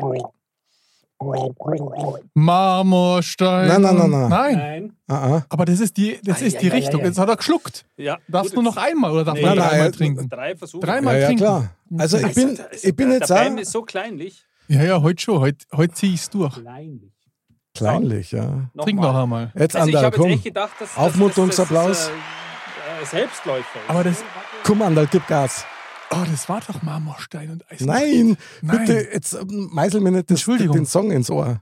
Speaker 4: Marmorstein.
Speaker 3: Nein, nein, nein, nein.
Speaker 4: Nein,
Speaker 6: Nein.
Speaker 3: Ah, ah.
Speaker 4: aber das ist die, das
Speaker 6: Ei,
Speaker 4: ist die
Speaker 6: ei, ei,
Speaker 4: Richtung.
Speaker 6: ei, ei.
Speaker 4: Jetzt hat er geschluckt.
Speaker 6: Ja.
Speaker 4: Darfst nur noch einmal oder darf
Speaker 6: Nee.
Speaker 4: man
Speaker 3: Nein,
Speaker 4: dreimal
Speaker 3: nein,
Speaker 4: trinken?
Speaker 6: Drei Versuche.
Speaker 4: Dreimal
Speaker 3: Ja, ja,
Speaker 4: trinken.
Speaker 3: klar. Also ich bin, ich bin jetzt
Speaker 6: Der Bam
Speaker 3: auch
Speaker 6: ist so kleinlich.
Speaker 4: Ja, ja, heute schon. Heute, heute ziehe ich es durch.
Speaker 6: Kleinlich.
Speaker 3: kleinlich, ja.
Speaker 6: Nochmal.
Speaker 4: Trink noch einmal.
Speaker 3: Jetzt
Speaker 6: Also ich
Speaker 3: Andal,
Speaker 6: habe jetzt
Speaker 3: komm.
Speaker 6: echt gedacht, dass
Speaker 3: Aufmunterungsapplaus.
Speaker 6: dass- dass- dass, äh, äh, Selbstläufer. ist.
Speaker 4: Aber das,
Speaker 3: Komm Andal, gib Gas.
Speaker 4: oh, das war doch Marmorstein und Eis.
Speaker 3: Nein,
Speaker 4: Nein.
Speaker 3: bitte, jetzt ähm, meißel mir nicht das,
Speaker 4: Entschuldigung.
Speaker 3: den Song ins Ohr.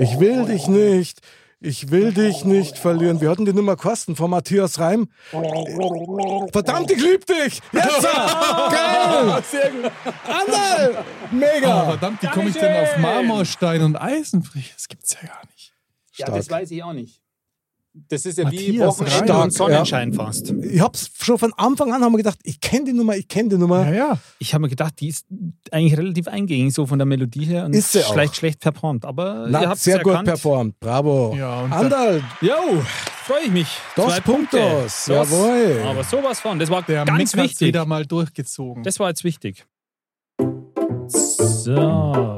Speaker 3: Ich will dich nicht, ich will dich nicht verlieren. Wir hatten die Nummer Kosten von Matthias Reim. Verdammt, ich lieb dich! Jetzt! Geil!
Speaker 4: Sehr gut.
Speaker 3: Anderl!
Speaker 4: Oh,
Speaker 3: Mega!
Speaker 4: verdammt, wie komme ich denn auf Marmorstein und Eisenbrich? Das gibt's ja gar nicht.
Speaker 6: ja, das
Speaker 3: Stark.
Speaker 6: weiß ich auch nicht. Das ist ja wie
Speaker 4: Matthias,
Speaker 6: Wochenende
Speaker 3: stark,
Speaker 6: und Sonnenschein fast.
Speaker 3: Ich hab's schon von Anfang an haben wir gedacht, ich kenne die Nummer, ich kenne die Nummer.
Speaker 4: Ja, ja.
Speaker 1: Ich habe mir gedacht, die ist eigentlich relativ eingängig, so von der Melodie her. Und
Speaker 3: Ist sie auch.
Speaker 1: Schlecht, schlecht performt. Aber ihr
Speaker 3: Na,
Speaker 1: habt
Speaker 3: sehr
Speaker 1: es
Speaker 3: gut
Speaker 1: erkannt.
Speaker 3: performt. Bravo.
Speaker 4: Ja, und
Speaker 3: Anderl,
Speaker 1: Jo, freue ich mich.
Speaker 3: Dos Punktos, jawohl.
Speaker 1: Aber sowas von. Das war
Speaker 4: Der
Speaker 1: ganz
Speaker 4: Mick hat's
Speaker 1: wichtig.
Speaker 4: wieder mal durchgezogen.
Speaker 1: Das war jetzt wichtig. So.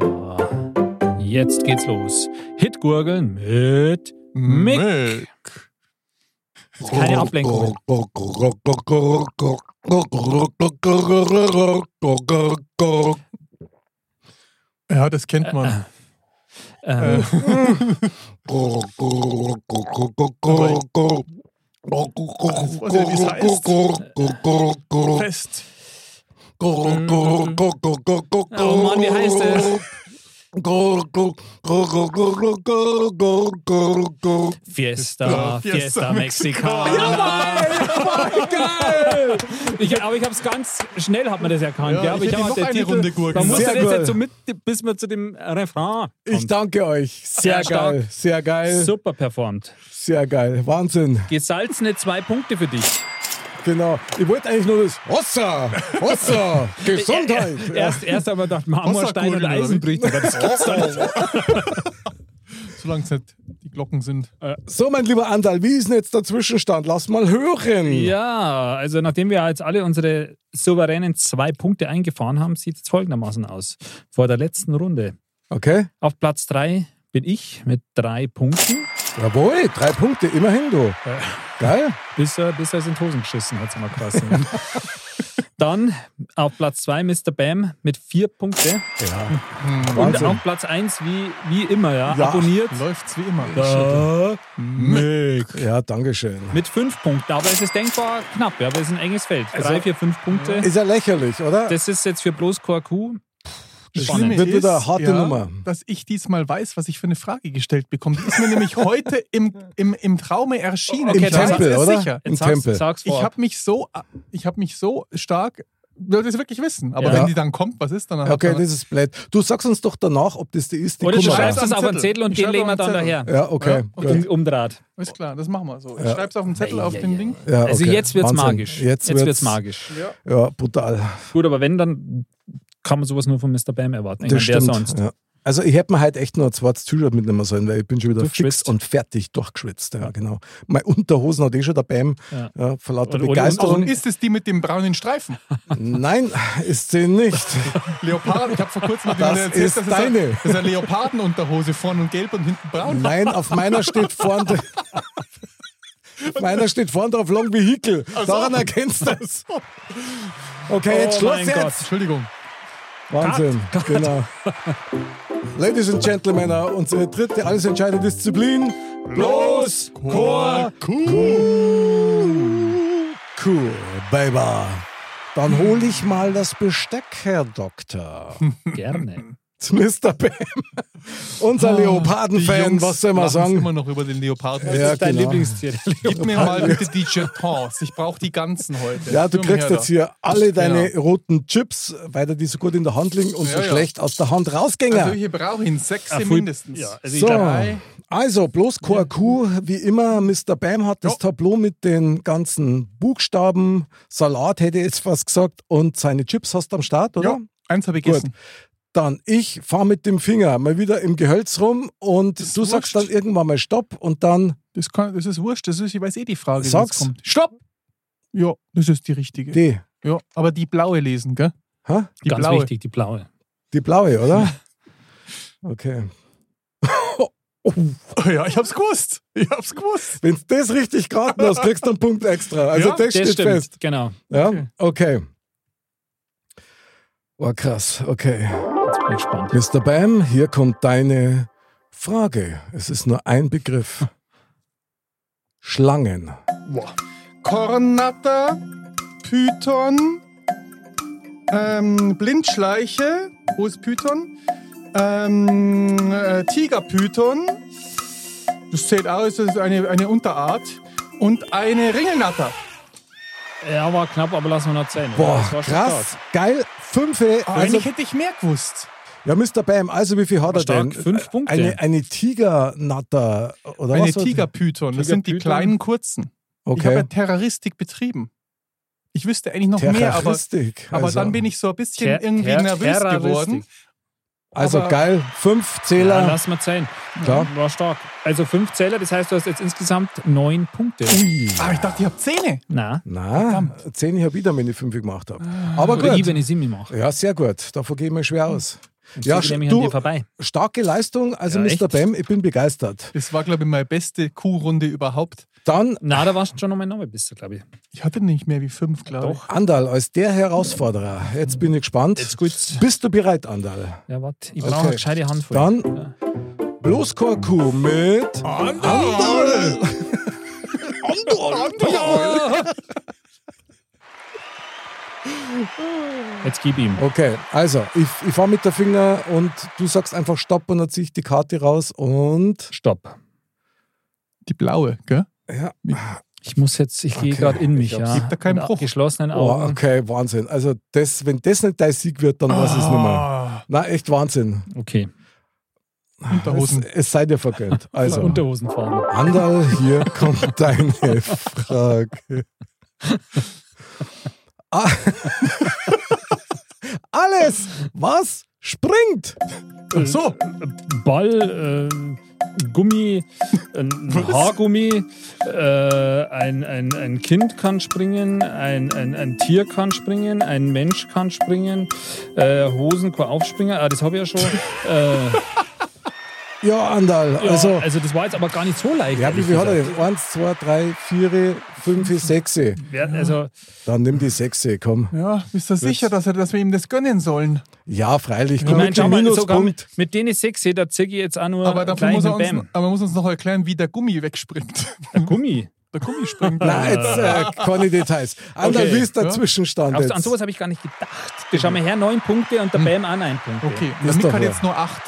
Speaker 1: Jetzt geht's los. Hitgurgeln mit Mick. Keine Ablenkung.
Speaker 4: Ja, das kennt man.
Speaker 1: Äh,
Speaker 4: Fest.
Speaker 1: oh Mann, wie heißt das? Fiesta,
Speaker 4: Fiesta
Speaker 1: Fiesta Mexicana.
Speaker 4: oh
Speaker 1: Ich, aber ich habe es ganz schnell, hat man das erkannt.
Speaker 4: Ja,
Speaker 1: Ja, aber
Speaker 4: ich
Speaker 1: ich
Speaker 4: hätte
Speaker 1: habe
Speaker 4: noch
Speaker 1: der
Speaker 4: eine
Speaker 1: Titel,
Speaker 4: Runde gurgeln
Speaker 1: Man muss
Speaker 3: müssen.
Speaker 1: das
Speaker 3: Sehr
Speaker 1: jetzt so
Speaker 3: gut.
Speaker 1: mit, bis man zu dem Refrain
Speaker 3: Ich
Speaker 1: kommt.
Speaker 3: danke euch. Sehr
Speaker 1: Sehr stark.
Speaker 3: geil, sehr geil,
Speaker 1: Super performt.
Speaker 3: sehr geil. Wahnsinn.
Speaker 1: Gesalzene zwei Punkte für dich.
Speaker 3: Genau. Ich wollte eigentlich nur das Wasser, Wasser, Gesundheit.
Speaker 1: Erst, erst haben wir gedacht, Marmorstein und
Speaker 4: Wasserkugeln, oder wie?
Speaker 1: Eisenbrich. Aber das gibt's doch nicht.
Speaker 4: Solange es nicht die Glocken sind. äh,
Speaker 3: So, mein lieber Andal, wie ist denn jetzt der Zwischenstand? Lass mal hören.
Speaker 1: Ja, also nachdem wir jetzt alle unsere souveränen zwei Punkte eingefahren haben, sieht es folgendermaßen aus. Vor der letzten Runde.
Speaker 3: Okay.
Speaker 1: Auf Platz drei bin ich mit drei Punkten.
Speaker 3: Jawohl, drei Punkte, immerhin du. Geil.
Speaker 1: Bis er, bis er es in die Hosen geschissen hat, mal krass. Dann auf Platz 2 Mr. Bam mit vier Punkte.
Speaker 3: Ja.
Speaker 1: Und
Speaker 3: Wahnsinn.
Speaker 1: auf Platz 1 wie, wie immer, ja,
Speaker 3: Ja.
Speaker 1: abonniert.
Speaker 4: Läuft's wie immer.
Speaker 1: Da, Mick.
Speaker 3: Ja, danke schön.
Speaker 1: Mit fünf Punkten. Aber es ist denkbar knapp, ja, aber es ist ein enges Feld.
Speaker 3: Also,
Speaker 1: Drei, vier, fünf Punkte.
Speaker 3: Ist ja lächerlich, oder?
Speaker 1: Das ist jetzt für bloß Korku.
Speaker 4: Das
Speaker 1: Spannend.
Speaker 4: Schlimme
Speaker 3: Wird wieder eine
Speaker 4: ist,
Speaker 3: harte
Speaker 4: ja,
Speaker 3: Nummer.
Speaker 4: dass ich diesmal weiß, was ich für eine Frage gestellt bekomme. Die ist mir nämlich heute im, im, im Traume erschienen.
Speaker 1: Okay,
Speaker 4: ich
Speaker 3: Im
Speaker 1: das
Speaker 4: weiß
Speaker 1: Tempel,
Speaker 4: es
Speaker 3: Tempel, oder?
Speaker 4: Sicher.
Speaker 3: Im
Speaker 1: Jetzt sag's,
Speaker 3: Tempel.
Speaker 1: sag's
Speaker 4: Ich
Speaker 1: vorab.
Speaker 4: habe mich so, äh, ich habe mich so stark, ich wollte es wirklich wissen. Aber
Speaker 1: Ja.
Speaker 4: wenn die dann kommt, was ist dann? Dann
Speaker 3: Okay,
Speaker 4: hat man-
Speaker 3: das ist blöd. Du sagst uns doch danach, ob das die ist, die
Speaker 1: Oder du
Speaker 3: Kummer
Speaker 1: schreibst
Speaker 4: schreib's
Speaker 1: das
Speaker 4: auf
Speaker 1: auf
Speaker 4: den
Speaker 1: einen Zettel und den
Speaker 4: Zettel.
Speaker 1: legen wir
Speaker 4: Ich
Speaker 1: dann
Speaker 4: schreib auf den
Speaker 1: daher.
Speaker 3: Ja, okay.
Speaker 4: Ja,
Speaker 3: gut.
Speaker 1: Um, Umdraht.
Speaker 4: Ist klar, das machen wir so. Ich
Speaker 3: Ja.
Speaker 4: schreib's auf den Zettel, auf den Ding.
Speaker 3: Ja,
Speaker 1: Also
Speaker 3: Ah, okay.
Speaker 1: jetzt wird's
Speaker 3: Wahnsinn.
Speaker 1: magisch.
Speaker 3: Jetzt, wird's,
Speaker 1: magisch.
Speaker 3: Ja, brutal.
Speaker 1: Gut, aber wenn, dann kann man sowas nur von Mr. Bam erwarten. Ich
Speaker 3: Das
Speaker 1: meine, wer
Speaker 3: stimmt.
Speaker 1: sonst?
Speaker 3: Ja. Also ich hätte mir halt echt nur ein zweites T-Shirt mitnehmen sollen, weil ich bin schon wieder fix
Speaker 1: Durchgeschwitzt.
Speaker 3: und fertig durchgeschwitzt. Ja, genau. Meine Unterhosen hat eh schon der Bam
Speaker 1: Ja.
Speaker 3: ja, vor lauter
Speaker 1: Und- und-
Speaker 4: Also
Speaker 3: Begeisterung.
Speaker 4: ist es die mit dem braunen Streifen?
Speaker 3: Nein, ist sie nicht.
Speaker 4: Leopard, ich habe vor kurzem mit
Speaker 3: Das
Speaker 4: jemandem erzählt,
Speaker 3: ist
Speaker 4: dass es
Speaker 3: deine.
Speaker 4: eine- dass eine Leopardenunterhose vorne und gelb und hinten braun war.
Speaker 3: Nein, auf meiner steht vorne. dr- Auf meiner steht vorne drauf Long Vehicle. Daran erkennst du es. Okay, jetzt
Speaker 1: Oh
Speaker 3: Schluss
Speaker 1: mein
Speaker 3: jetzt.
Speaker 1: Gott.
Speaker 4: Entschuldigung.
Speaker 3: Wahnsinn, genau. Ladies and Gentlemen, unsere dritte alles entscheidende Disziplin. Bloß Chor Cool, Baby. Dann hol ich mal das Besteck, Herr Doktor.
Speaker 1: Gerne.
Speaker 3: Mr. Bam. Unser
Speaker 4: Ah,
Speaker 3: Leopardenfan, was soll man
Speaker 4: lachen's
Speaker 3: sagen?
Speaker 4: immer noch über den Leoparden.
Speaker 3: Ja,
Speaker 1: Dein
Speaker 3: genau.
Speaker 1: Lieblingstier. der
Speaker 4: Gib mir mal bitte die Jetons. Ich brauche die ganzen heute.
Speaker 3: Ja, du
Speaker 4: Nur mehr
Speaker 3: kriegst
Speaker 4: da.
Speaker 3: jetzt hier alle deine
Speaker 4: Genau.
Speaker 3: roten Chips, weil dir die so gut in der Hand liegen und
Speaker 4: Ja,
Speaker 3: so
Speaker 4: ja.
Speaker 3: schlecht aus der Hand rausgingen.
Speaker 4: Also ich brauche ihn sechs
Speaker 1: Lieblings-
Speaker 4: mindestens.
Speaker 1: Ja, also ich
Speaker 3: So.
Speaker 1: glaub,
Speaker 4: Drei,
Speaker 3: Also, bloß Korku, wie immer, Mr. Bam hat das
Speaker 4: Ja.
Speaker 3: Tableau mit den ganzen Buchstaben, Salat hätte ich jetzt fast gesagt, und seine Chips hast du am Start, oder?
Speaker 4: Ja, eins habe ich
Speaker 3: Gut.
Speaker 4: gegessen.
Speaker 3: Dann ich fahre mit dem Finger mal wieder im Gehölz rum und
Speaker 4: ist
Speaker 3: du sagst
Speaker 4: wurscht.
Speaker 3: dann irgendwann mal Stopp und dann
Speaker 4: Das, kann, das ist wurscht, das ist, ich weiß eh die Frage, die
Speaker 3: Sag's.
Speaker 4: jetzt kommt. Stopp! Ja, das ist die richtige.
Speaker 3: D.
Speaker 4: ja, aber die blaue lesen, gell?
Speaker 3: Hä?
Speaker 4: Die
Speaker 1: Ganz
Speaker 4: blaue.
Speaker 1: wichtig, die blaue.
Speaker 3: Die blaue, oder? Okay.
Speaker 4: Ja, ich hab's gewusst. Ich hab's gewusst.
Speaker 3: Wenn du das richtig geraten hast, kriegst du einen Punkt extra. Also
Speaker 4: Ja,
Speaker 3: das steht
Speaker 1: Das stimmt,
Speaker 3: fest.
Speaker 1: genau.
Speaker 3: Ja,
Speaker 4: Okay.
Speaker 3: okay. Oh, krass, okay.
Speaker 1: Jetzt bin ich gespannt.
Speaker 3: Mr. Bam, hier kommt deine Frage. Es ist nur ein Begriff. Schlangen.
Speaker 7: Kornatter, Python, ähm, Blindschleiche, wo ist Python? Ähm, äh, Tigerpython, das zählt aus, das ist eine, eine Unterart. Und eine Ringelnatter.
Speaker 1: Ja, war knapp, aber lassen wir noch zählen.
Speaker 3: Boah,
Speaker 1: Das war schon
Speaker 3: krass.
Speaker 1: stark. Ah,
Speaker 3: Geil. Fünfe. Also,
Speaker 4: Ah, Eigentlich hätte ich mehr gewusst.
Speaker 3: ja, Mr. Bam, also wie viel hat er
Speaker 1: stark.
Speaker 3: denn?
Speaker 1: Fünf Punkte.
Speaker 3: Eine, eine Tigernatter oder
Speaker 4: Eine
Speaker 3: was?
Speaker 4: Tigerpython, das sind die
Speaker 1: Tigerpython?
Speaker 4: kleinen kurzen. Ich habe ja
Speaker 3: Okay.
Speaker 4: Terroristik betrieben. Ich wüsste eigentlich noch mehr, aber,
Speaker 3: Terroristik.
Speaker 4: aber
Speaker 3: also,
Speaker 4: dann bin ich so ein bisschen
Speaker 1: Ter-
Speaker 4: irgendwie
Speaker 1: Ter-
Speaker 4: nervös
Speaker 1: Terroristik.
Speaker 4: geworden.
Speaker 3: Also
Speaker 4: aber-
Speaker 3: geil. Fünf Zähler.
Speaker 1: Ja, lass mal zählen.
Speaker 3: Klar.
Speaker 1: War stark. Also fünf Zähler, das heißt, du hast jetzt insgesamt neun Punkte.
Speaker 3: Ui.
Speaker 4: Aber Ah, ich dachte, ich habe Zähne.
Speaker 1: Na,
Speaker 3: Na, zehn ich habe wieder, wenn ich fünf gemacht habe. Aber
Speaker 1: Ah, oder ich,
Speaker 3: gut.
Speaker 1: wenn ich sieben mache.
Speaker 3: Ja, sehr gut. Da vergehe ich mir schwer aus.
Speaker 1: Ja,
Speaker 3: Ja,
Speaker 1: ich nämlich an dir
Speaker 3: du,
Speaker 1: vorbei.
Speaker 3: starke Leistung. Also,
Speaker 1: Ja,
Speaker 3: Mr.
Speaker 1: echt?
Speaker 3: Bam, ich bin begeistert.
Speaker 4: Das war, glaube ich, meine beste Kuhrunde überhaupt.
Speaker 3: Dann,
Speaker 1: Na, da warst du schon noch mein Name, bist du, glaube ich.
Speaker 4: Ich hatte nicht mehr wie fünf, glaube ich.
Speaker 1: Doch.
Speaker 3: Andal, als der Herausforderer. Jetzt bin ich gespannt.
Speaker 1: Jetzt gut.
Speaker 3: Bist du bereit, Andal?
Speaker 1: Ja, warte. Ich brauche
Speaker 3: Okay.
Speaker 1: eine gescheite Handvoll.
Speaker 3: Dann-
Speaker 1: Ja.
Speaker 3: Bloß Korku mit. Andal!
Speaker 1: Jetzt gib ihm.
Speaker 3: Okay, also, ich, ich fahre mit der Finger und du sagst einfach Stopp und dann ziehe ich die Karte raus und.
Speaker 1: Stopp.
Speaker 4: Die blaue, gell?
Speaker 3: Ja,
Speaker 1: Ich muss jetzt, ich gehe
Speaker 3: Okay.
Speaker 1: gerade in mich.
Speaker 3: Ich
Speaker 1: Ja.
Speaker 3: hab's.
Speaker 4: Gibt da keinen
Speaker 1: Mit
Speaker 4: Bruch.
Speaker 1: Geschlossenen
Speaker 3: oh,
Speaker 1: Augen.
Speaker 3: okay, Wahnsinn. Also, das, wenn das nicht dein Sieg wird, dann weiß ich es nicht mehr.
Speaker 4: Ah,
Speaker 3: Na, echt Wahnsinn.
Speaker 1: Okay.
Speaker 4: Unterhosen.
Speaker 3: Es, es sei dir vergönnt. Also.
Speaker 1: Unterhosenfarben.
Speaker 3: Andal, hier kommt deine Frage. Ah. Alles, was springt.
Speaker 4: Ach So,
Speaker 1: Ball, äh, Gummi, ein Haargummi, äh, ein, ein, ein Kind kann springen, ein, ein, ein Tier kann springen, ein Mensch kann springen, äh, Hosen kann aufspringen. Ah, das habe ich ja schon. äh,
Speaker 3: Ja, Andal,
Speaker 1: ja, also,
Speaker 3: also,
Speaker 1: das war jetzt aber gar nicht so leicht.
Speaker 3: ja, wie
Speaker 1: ehrlich
Speaker 3: viel hat er
Speaker 1: gesagt.
Speaker 3: denn? Eins, zwei, drei, vier, fünf, sechs.
Speaker 1: Wer- Also,
Speaker 3: Dann nimm die sechs, komm.
Speaker 4: ja, bist du sicher, dass, er, dass wir ihm das gönnen sollen?
Speaker 3: Ja, freilich,
Speaker 1: ich
Speaker 3: komm.
Speaker 1: meine, schau mal, also sogar
Speaker 3: Minuspunkt.
Speaker 1: mit, mit denen sechs da ziehe ich jetzt auch nur
Speaker 4: Aber dafür
Speaker 1: gleich
Speaker 4: muss er
Speaker 1: mit
Speaker 4: uns,
Speaker 1: Bam.
Speaker 4: aber muss uns noch erklären, wie der Gummi wegspringt.
Speaker 1: Der Gummi.
Speaker 4: Der Gummi springt.
Speaker 3: Nein, jetzt äh, keine Details. Andal,
Speaker 1: Okay,
Speaker 3: wie ist der
Speaker 4: ja.
Speaker 3: Zwischenstand
Speaker 1: Auf, an
Speaker 3: jetzt? Hm.
Speaker 1: sowas habe ich gar nicht gedacht. Da schauen wir her, neun Punkte und der Bam auch neun Punkte.
Speaker 4: Okay,
Speaker 3: Ist doch
Speaker 4: der Mick hat
Speaker 3: wahr.
Speaker 4: jetzt nur acht.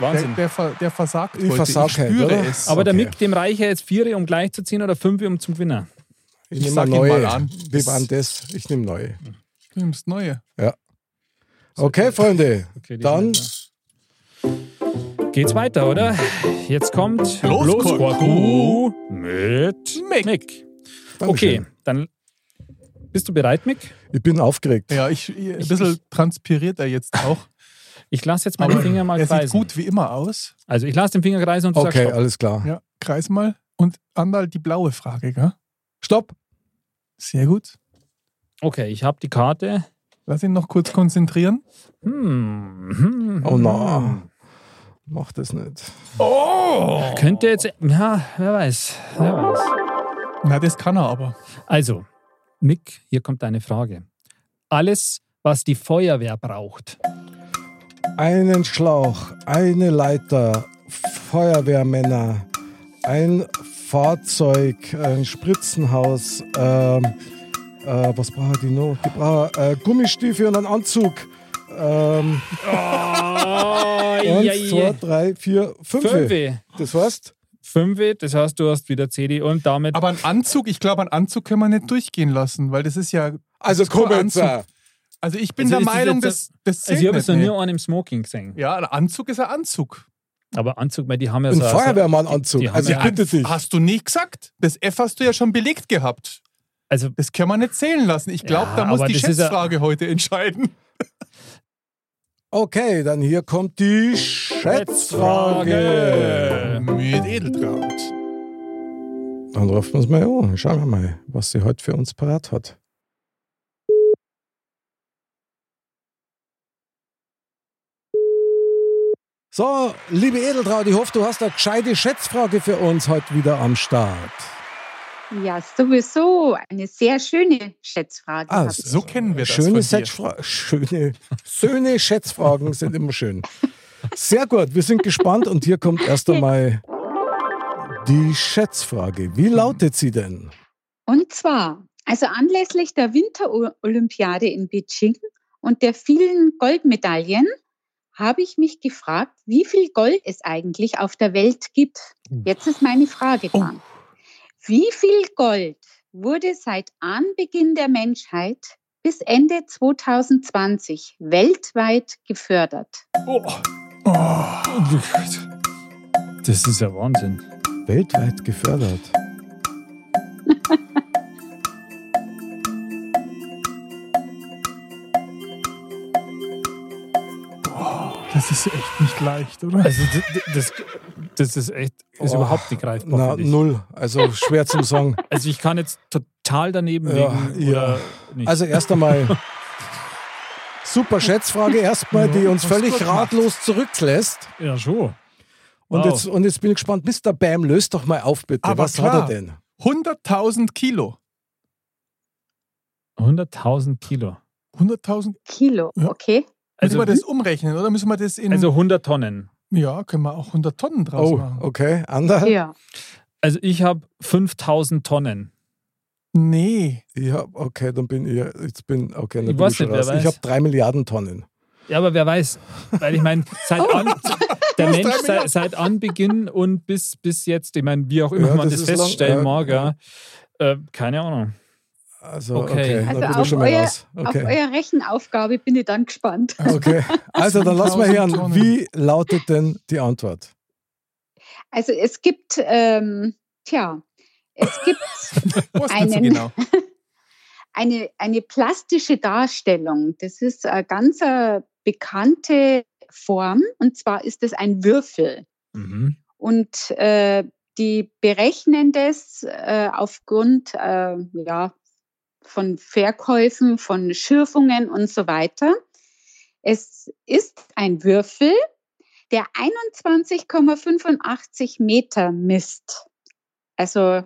Speaker 4: Der,
Speaker 1: Wahnsinn.
Speaker 4: der, ver, der versagt
Speaker 3: Ich
Speaker 4: heute.
Speaker 3: versag
Speaker 4: ich
Speaker 3: halt,
Speaker 4: spüre
Speaker 3: oder?
Speaker 4: es.
Speaker 1: Aber der
Speaker 3: Okay.
Speaker 1: Mick, dem reicht ja jetzt vier, um gleich zu ziehen oder fünf, um zum Gewinner.
Speaker 3: Ich
Speaker 4: Ich
Speaker 3: nehme
Speaker 4: sag
Speaker 3: eine
Speaker 4: ihn
Speaker 3: neue.
Speaker 4: mal an.
Speaker 3: Wie war denn das? Ich nehme neue.
Speaker 4: du nimmst neue.
Speaker 3: Okay, Freunde,
Speaker 1: Okay, die
Speaker 3: dann
Speaker 1: sind da. geht's weiter, oder? Jetzt kommt
Speaker 4: Los,
Speaker 1: Korku mit
Speaker 4: Mick.
Speaker 1: Mick.
Speaker 3: Dankeschön.
Speaker 1: Okay, dann bist du bereit, Mick?
Speaker 3: Ich bin aufgeregt.
Speaker 4: Ja, ich, ich, ein bisschen transpiriert er jetzt auch.
Speaker 1: Ich lasse jetzt mal den Finger mal
Speaker 4: er sieht
Speaker 1: kreisen.
Speaker 4: gut wie immer aus.
Speaker 1: Also ich lasse den Finger kreisen und du
Speaker 3: Okay,
Speaker 1: sagst Stopp.
Speaker 3: alles klar.
Speaker 4: Ja, kreis mal. Und Andal die blaue Frage, gell?
Speaker 3: Stopp!
Speaker 4: Sehr gut. also-
Speaker 1: Okay, ich habe die Karte.
Speaker 4: Lass ihn noch kurz konzentrieren.
Speaker 1: Hm, hm,
Speaker 3: Oh na. Mach das nicht.
Speaker 4: Oh.
Speaker 1: Könnte jetzt. Ja, wer weiß. Wer weiß.
Speaker 4: Na, das kann er aber.
Speaker 1: Also, Mick, hier kommt deine Frage. Alles, was die Feuerwehr braucht.
Speaker 3: Einen Schlauch, eine Leiter, Feuerwehrmänner, ein Fahrzeug, ein Spritzenhaus, ähm, äh, was brauchen die noch? Die brauchen äh, Gummistiefel und einen Anzug. Ähm,
Speaker 4: Oh,
Speaker 3: eins, zwei, drei, vier, fünf.
Speaker 1: Fünfe.
Speaker 3: Das heißt,
Speaker 1: Fünfe, das heißt, du hast wieder CD und damit.
Speaker 4: Aber einen Anzug, ich glaube, einen Anzug können wir nicht durchgehen lassen, weil das ist ja.
Speaker 3: also komm jetzt.
Speaker 4: Anzug.
Speaker 3: äh,
Speaker 4: Also ich bin
Speaker 1: Also
Speaker 4: der
Speaker 1: ist das
Speaker 4: Meinung,
Speaker 1: jetzt
Speaker 4: das, das zählt
Speaker 1: also ich habe
Speaker 4: nicht.
Speaker 1: es noch nie
Speaker 4: ne?
Speaker 1: an im Smoking gesehen.
Speaker 4: Ja, ein Anzug ist ein Anzug.
Speaker 1: Aber Anzug, weil die haben ja
Speaker 3: Ein
Speaker 1: so. so-
Speaker 3: Feuerwehrmann-Anzug.
Speaker 1: die haben
Speaker 3: Also ich
Speaker 1: ja-
Speaker 3: bitte dich.
Speaker 7: Hast du nie gesagt? Das F hast du ja schon belegt gehabt.
Speaker 1: Also,
Speaker 7: Das können wir nicht zählen lassen. Ich glaube,
Speaker 1: Ja,
Speaker 7: da muss
Speaker 1: aber
Speaker 7: die
Speaker 1: das ist ja-
Speaker 7: Schätzfrage heute entscheiden.
Speaker 3: Okay, dann hier kommt die Schätzfrage.
Speaker 1: Äh.
Speaker 7: Mit Edeltraut.
Speaker 3: Dann rufen wir es mal an. Schauen wir mal, was sie heute für uns parat hat. So, liebe Edeltraud, ich hoffe, du hast eine gescheite Schätzfrage für uns heute wieder am Start.
Speaker 8: Ja, sowieso eine sehr schöne Schätzfrage.
Speaker 3: Ah,
Speaker 8: hab
Speaker 3: so-
Speaker 8: ich.
Speaker 7: So kennen wir das.
Speaker 3: Schöne,
Speaker 7: von dir.
Speaker 3: Schätzfra schöne, schöne Schätzfragen sind immer schön. Sehr gut, wir sind gespannt und hier kommt erst einmal die Schätzfrage. Wie lautet sie denn?
Speaker 8: Und zwar, also anlässlich der Winterolympiade in Beijing und der vielen Goldmedaillen habe ich mich gefragt, wie viel Gold es eigentlich auf der Welt gibt. Jetzt ist meine Frage dran. Wie viel Gold wurde seit Anbeginn der Menschheit bis Ende 2020 weltweit gefördert?
Speaker 7: Oh
Speaker 1: Das ist ja Wahnsinn.
Speaker 3: Weltweit gefördert.
Speaker 9: Das ist echt nicht leicht, oder?
Speaker 1: Also, d- d- das, das ist echt, ist
Speaker 3: Oh,
Speaker 1: überhaupt nicht greifbar.
Speaker 3: Na,
Speaker 1: finde ich.
Speaker 3: null. Also schwer zum Sagen.
Speaker 1: Also, ich kann jetzt total daneben
Speaker 3: Ja,
Speaker 1: liegen.
Speaker 3: ja.
Speaker 1: Oder nicht.
Speaker 3: Also erst einmal super Schätzfrage erstmal, die uns völlig ratlos zurücklässt.
Speaker 9: Ja, schon.
Speaker 3: Und,
Speaker 1: Wow.
Speaker 3: jetzt, und jetzt bin ich gespannt, Mr. Bam, löst doch mal auf bitte.
Speaker 7: Aber
Speaker 3: Was
Speaker 7: klar.
Speaker 3: hat er denn?
Speaker 7: 100.000 Kilo.
Speaker 1: 100.000 Kilo.
Speaker 7: 100.000?
Speaker 8: Kilo,
Speaker 7: Ja.
Speaker 8: okay.
Speaker 7: Müssen
Speaker 1: Also-
Speaker 7: wir das umrechnen, oder? Müssen wir das in.
Speaker 1: Also 100 Tonnen.
Speaker 7: ja, können wir auch 100 Tonnen draus
Speaker 3: Oh,
Speaker 7: machen.
Speaker 3: okay. Ander?
Speaker 8: Ja.
Speaker 1: Also, ich habe 5000 Tonnen.
Speaker 7: Nee.
Speaker 3: Ich hab, okay, dann bin ich jetzt bin okay, dann
Speaker 1: Ich
Speaker 3: bin
Speaker 1: weiß
Speaker 3: ich schon
Speaker 1: nicht, wer
Speaker 3: raus. Ich
Speaker 1: weiß.
Speaker 3: habe drei Milliarden Tonnen.
Speaker 1: Ja, aber wer weiß. Weil ich meine, seit an, der
Speaker 7: hast drei
Speaker 1: Mensch
Speaker 7: Milliarden.
Speaker 1: seit, seit Anbeginn und bis, bis jetzt, ich meine, wie auch immer
Speaker 3: Ja,
Speaker 1: man
Speaker 3: das
Speaker 1: das,
Speaker 3: ist lang-
Speaker 1: feststellen
Speaker 3: ja,
Speaker 1: mag,
Speaker 3: ja.
Speaker 1: ja. Äh, keine Ahnung.
Speaker 3: Also okay,
Speaker 1: Okay.
Speaker 3: dann
Speaker 8: Also
Speaker 3: bin ich
Speaker 8: auf
Speaker 3: schon mal
Speaker 8: euer-
Speaker 3: raus.
Speaker 8: Auf
Speaker 3: Okay.
Speaker 8: eure Rechenaufgabe bin ich dann gespannt.
Speaker 3: okay. Also dann lass mal
Speaker 7: 1000
Speaker 3: hören,
Speaker 7: Tonnen.
Speaker 3: wie lautet denn die Antwort?
Speaker 8: Also es gibt, ähm, tja, es gibt
Speaker 7: Was so
Speaker 8: Einen.
Speaker 7: genau?
Speaker 8: eine, eine plastische Darstellung. Das ist eine ganz äh, bekannte Form und zwar ist es ein Würfel.
Speaker 1: Mhm.
Speaker 8: Und äh, die berechnen das äh, aufgrund äh, ja, von Verkäufen, von Schürfungen und so weiter. Es ist ein Würfel, der 21,85 Meter misst. Also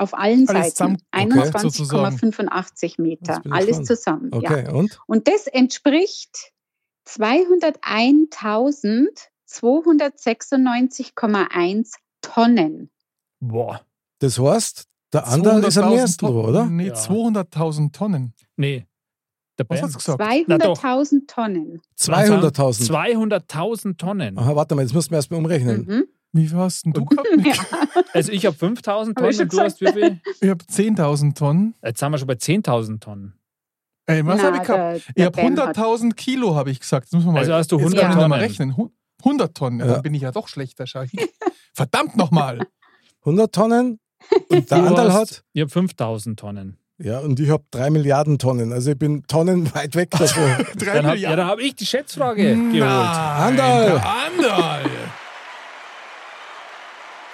Speaker 8: auf allen
Speaker 7: Alles
Speaker 8: Seiten.
Speaker 7: zusammen-
Speaker 3: okay,
Speaker 8: 21,85 Meter.
Speaker 3: Jetzt bin ich
Speaker 8: Alles
Speaker 3: gespannt.
Speaker 8: zusammen. Ja.
Speaker 3: Okay, und?
Speaker 8: Und das entspricht 201.296,1 Tonnen.
Speaker 1: Boah.
Speaker 3: Das heißt, der Ander ist am
Speaker 7: 200.000
Speaker 3: nächsten dran,
Speaker 7: Tonnen.
Speaker 3: oder?
Speaker 7: Nee,
Speaker 1: Ja.
Speaker 7: 200.000 Tonnen.
Speaker 1: Nee. Der
Speaker 7: Was
Speaker 1: Bam.
Speaker 7: hast du gesagt?
Speaker 8: 200.000 Tonnen.
Speaker 3: 200.000.
Speaker 1: 200.000 Tonnen.
Speaker 3: Aha, warte mal, jetzt müssen wir erstmal umrechnen.
Speaker 8: Mhm.
Speaker 7: Wie viel hast denn du gehabt? Nick?
Speaker 1: Also ich habe 5.000
Speaker 8: Hab ich
Speaker 1: Tonnen
Speaker 8: schon
Speaker 1: und du hast wie viel?
Speaker 7: Ich habe 10.000 Tonnen.
Speaker 1: Jetzt sind wir schon bei 10.000 Tonnen.
Speaker 7: Ey, was habe ich gehabt?
Speaker 8: der-
Speaker 7: Ich
Speaker 8: der
Speaker 7: habe
Speaker 8: Bam hat-
Speaker 7: 100.000 Kilo, habe ich gesagt. Das müssen wir mal,
Speaker 1: Also hast du
Speaker 7: jetzt
Speaker 1: 100
Speaker 7: kann ich noch mal
Speaker 1: Tonnen.
Speaker 7: rechnen. Hu- 100 Tonnen, ja.
Speaker 3: Ja.
Speaker 7: dann bin ich ja doch schlechter, schau ich. Verdammt nochmal.
Speaker 3: 100 Tonnen. Und der
Speaker 1: Du
Speaker 3: Anderl
Speaker 1: hast-
Speaker 3: hat?
Speaker 1: Ich habe 5.000 Tonnen.
Speaker 3: Ja, und ich habe 3 Milliarden Tonnen. Also ich bin Tonnen weit weg davon.
Speaker 7: Drei
Speaker 1: Dann hab, ja,
Speaker 7: Milliarden.
Speaker 1: da habe ich die Schätzfrage geholt.
Speaker 3: Anderl.
Speaker 7: Anderl. Anderl.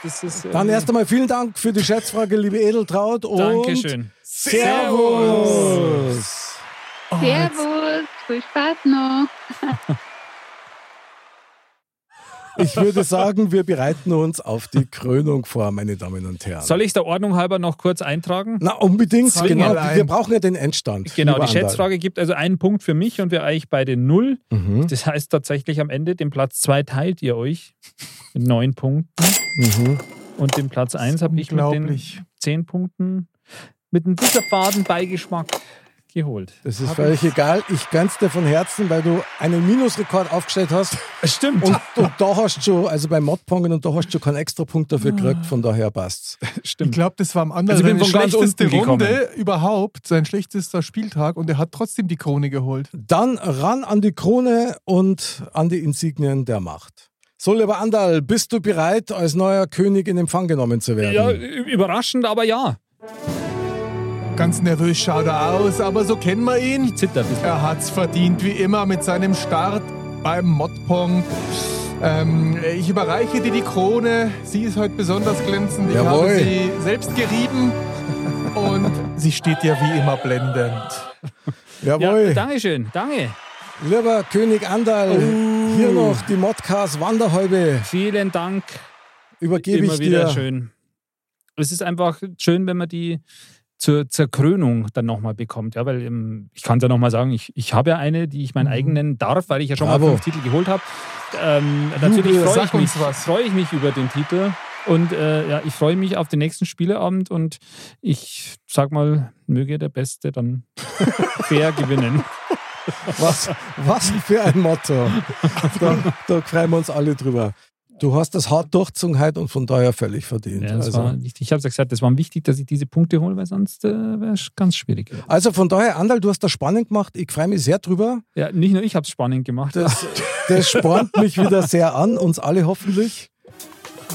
Speaker 1: Das ist, äh,
Speaker 3: Dann erst einmal vielen Dank für die Schätzfrage, liebe Edeltraut. Und
Speaker 1: Dankeschön.
Speaker 3: Servus.
Speaker 8: Servus, viel Spaß noch.
Speaker 3: Ich würde sagen, wir bereiten uns auf die Krönung vor, meine Damen und Herren.
Speaker 1: Soll ich der Ordnung halber noch kurz eintragen?
Speaker 3: Na, unbedingt, genau.
Speaker 7: Zwingerlein.
Speaker 3: Wir brauchen ja den Endstand.
Speaker 1: Genau,
Speaker 3: lieber
Speaker 1: die Schätzfrage gibt also einen Punkt für mich und wir euch beide null.
Speaker 3: Anderl. Mhm.
Speaker 1: Das heißt tatsächlich am Ende, den Platz 2 teilt ihr euch mit neun Punkten
Speaker 3: Mhm.
Speaker 1: und den Platz 1 habe ich mit den
Speaker 7: Unglaublich.
Speaker 1: zehn Punkten mit einem bisschen Fadenbeigeschmack geholt.
Speaker 3: Das ist völlig egal. Ich ganz dir von Herzen, weil du einen Minusrekord aufgestellt hast.
Speaker 1: Stimmt.
Speaker 3: Und, und da hast du schon, also bei Modpongen, und da hast du schon keinen extra Punkt dafür
Speaker 1: Ah.
Speaker 3: gekriegt, von daher passt's.
Speaker 7: Ich
Speaker 1: Stimmt.
Speaker 7: glaube, das war am anderen
Speaker 1: Also ich bin
Speaker 7: seine
Speaker 1: von ganz
Speaker 7: schlechteste
Speaker 1: unten gekommen.
Speaker 7: Runde überhaupt, sein schlechtester Spieltag und er hat trotzdem die Krone geholt.
Speaker 3: Dann ran an die Krone und an die Insignien der Macht. So, lieber Andal, bist du bereit, als neuer König in Empfang genommen zu werden?
Speaker 1: Ja, ü- überraschend, aber ja.
Speaker 4: Ganz nervös schaut er aus, aber so kennen wir ihn.
Speaker 1: Zittert. ein
Speaker 4: Er hat's verdient, wie immer, mit seinem Start beim Modpong. Ähm, ich überreiche dir die Krone. Sie ist heute besonders glänzend. Ich
Speaker 3: Jawohl.
Speaker 4: habe sie selbst gerieben. Und sie steht dir wie immer blendend.
Speaker 1: bisschen. Ja,
Speaker 3: Jawohl.
Speaker 1: Dankeschön, danke.
Speaker 3: lieber König Andal, hier noch die Modcast Wanderhäube
Speaker 1: Vielen Dank.
Speaker 3: übergebe
Speaker 1: Immer
Speaker 3: ich
Speaker 1: wieder
Speaker 3: dir.
Speaker 1: schön. Es ist einfach schön, wenn man die zur, zur Krönung dann nochmal bekommt. Ja, weil ähm, ich kann es ja nochmal sagen, ich, ich habe ja eine, die ich meinen eigenen darf, weil ich ja schon
Speaker 3: Bravo.
Speaker 1: mal fünf Titel geholt habe. Ähm, natürlich
Speaker 4: Jubel,
Speaker 1: freue ich,
Speaker 4: sag uns
Speaker 1: mich-
Speaker 4: was.
Speaker 1: freue ich mich über den Titel. Und äh, ja, ich freue mich auf den nächsten Spieleabend und ich sag mal, möge der Beste dann fair gewinnen.
Speaker 3: Was, was für ein Motto. Da, da freuen wir uns alle drüber. Du hast das hart durchzogen heute und von daher völlig verdient.
Speaker 1: Ja, das
Speaker 3: also,
Speaker 1: war wichtig. Ich habe es ja gesagt, es war wichtig, dass ich diese Punkte hole, weil sonst äh, wäre es ganz schwierig.
Speaker 3: also von daher, Andal, du hast das spannend gemacht. Ich freue mich sehr drüber.
Speaker 1: Ja, nicht nur ich habe es spannend gemacht.
Speaker 3: Das, das spornt mich wieder sehr an, uns alle hoffentlich.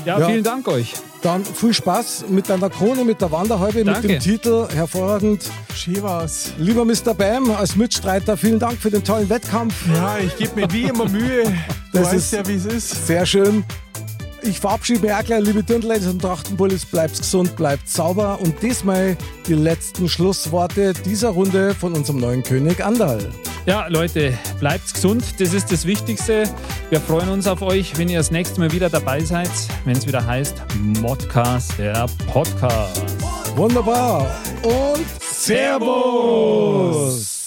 Speaker 1: Ja,
Speaker 3: Ja.
Speaker 1: vielen Dank euch.
Speaker 3: Dann viel Spaß mit deiner Krone, mit der Wanderhalbe, mit
Speaker 1: Danke.
Speaker 3: dem Titel. Hervorragend.
Speaker 4: Schivas.
Speaker 3: Lieber Mr. Bam als Mitstreiter, vielen Dank für den tollen Wettkampf.
Speaker 4: Ja, ich gebe mir wie immer Mühe. Du
Speaker 3: Das ist-
Speaker 4: weißt ja, wie es ist.
Speaker 3: Sehr schön. Ich verabschiede mich auch gleich, liebe Dirndleins und Trachtenbullis. Bleibt gesund, bleibt sauber. Und diesmal die letzten Schlussworte dieser Runde von unserem neuen König Andal.
Speaker 1: Ja, Leute, bleibt gesund. Das ist das Wichtigste. Wir freuen uns auf euch, wenn ihr das nächste Mal wieder dabei seid, wenn es wieder heißt Modcast, der Podcast.
Speaker 3: Wunderbar. Und Servus!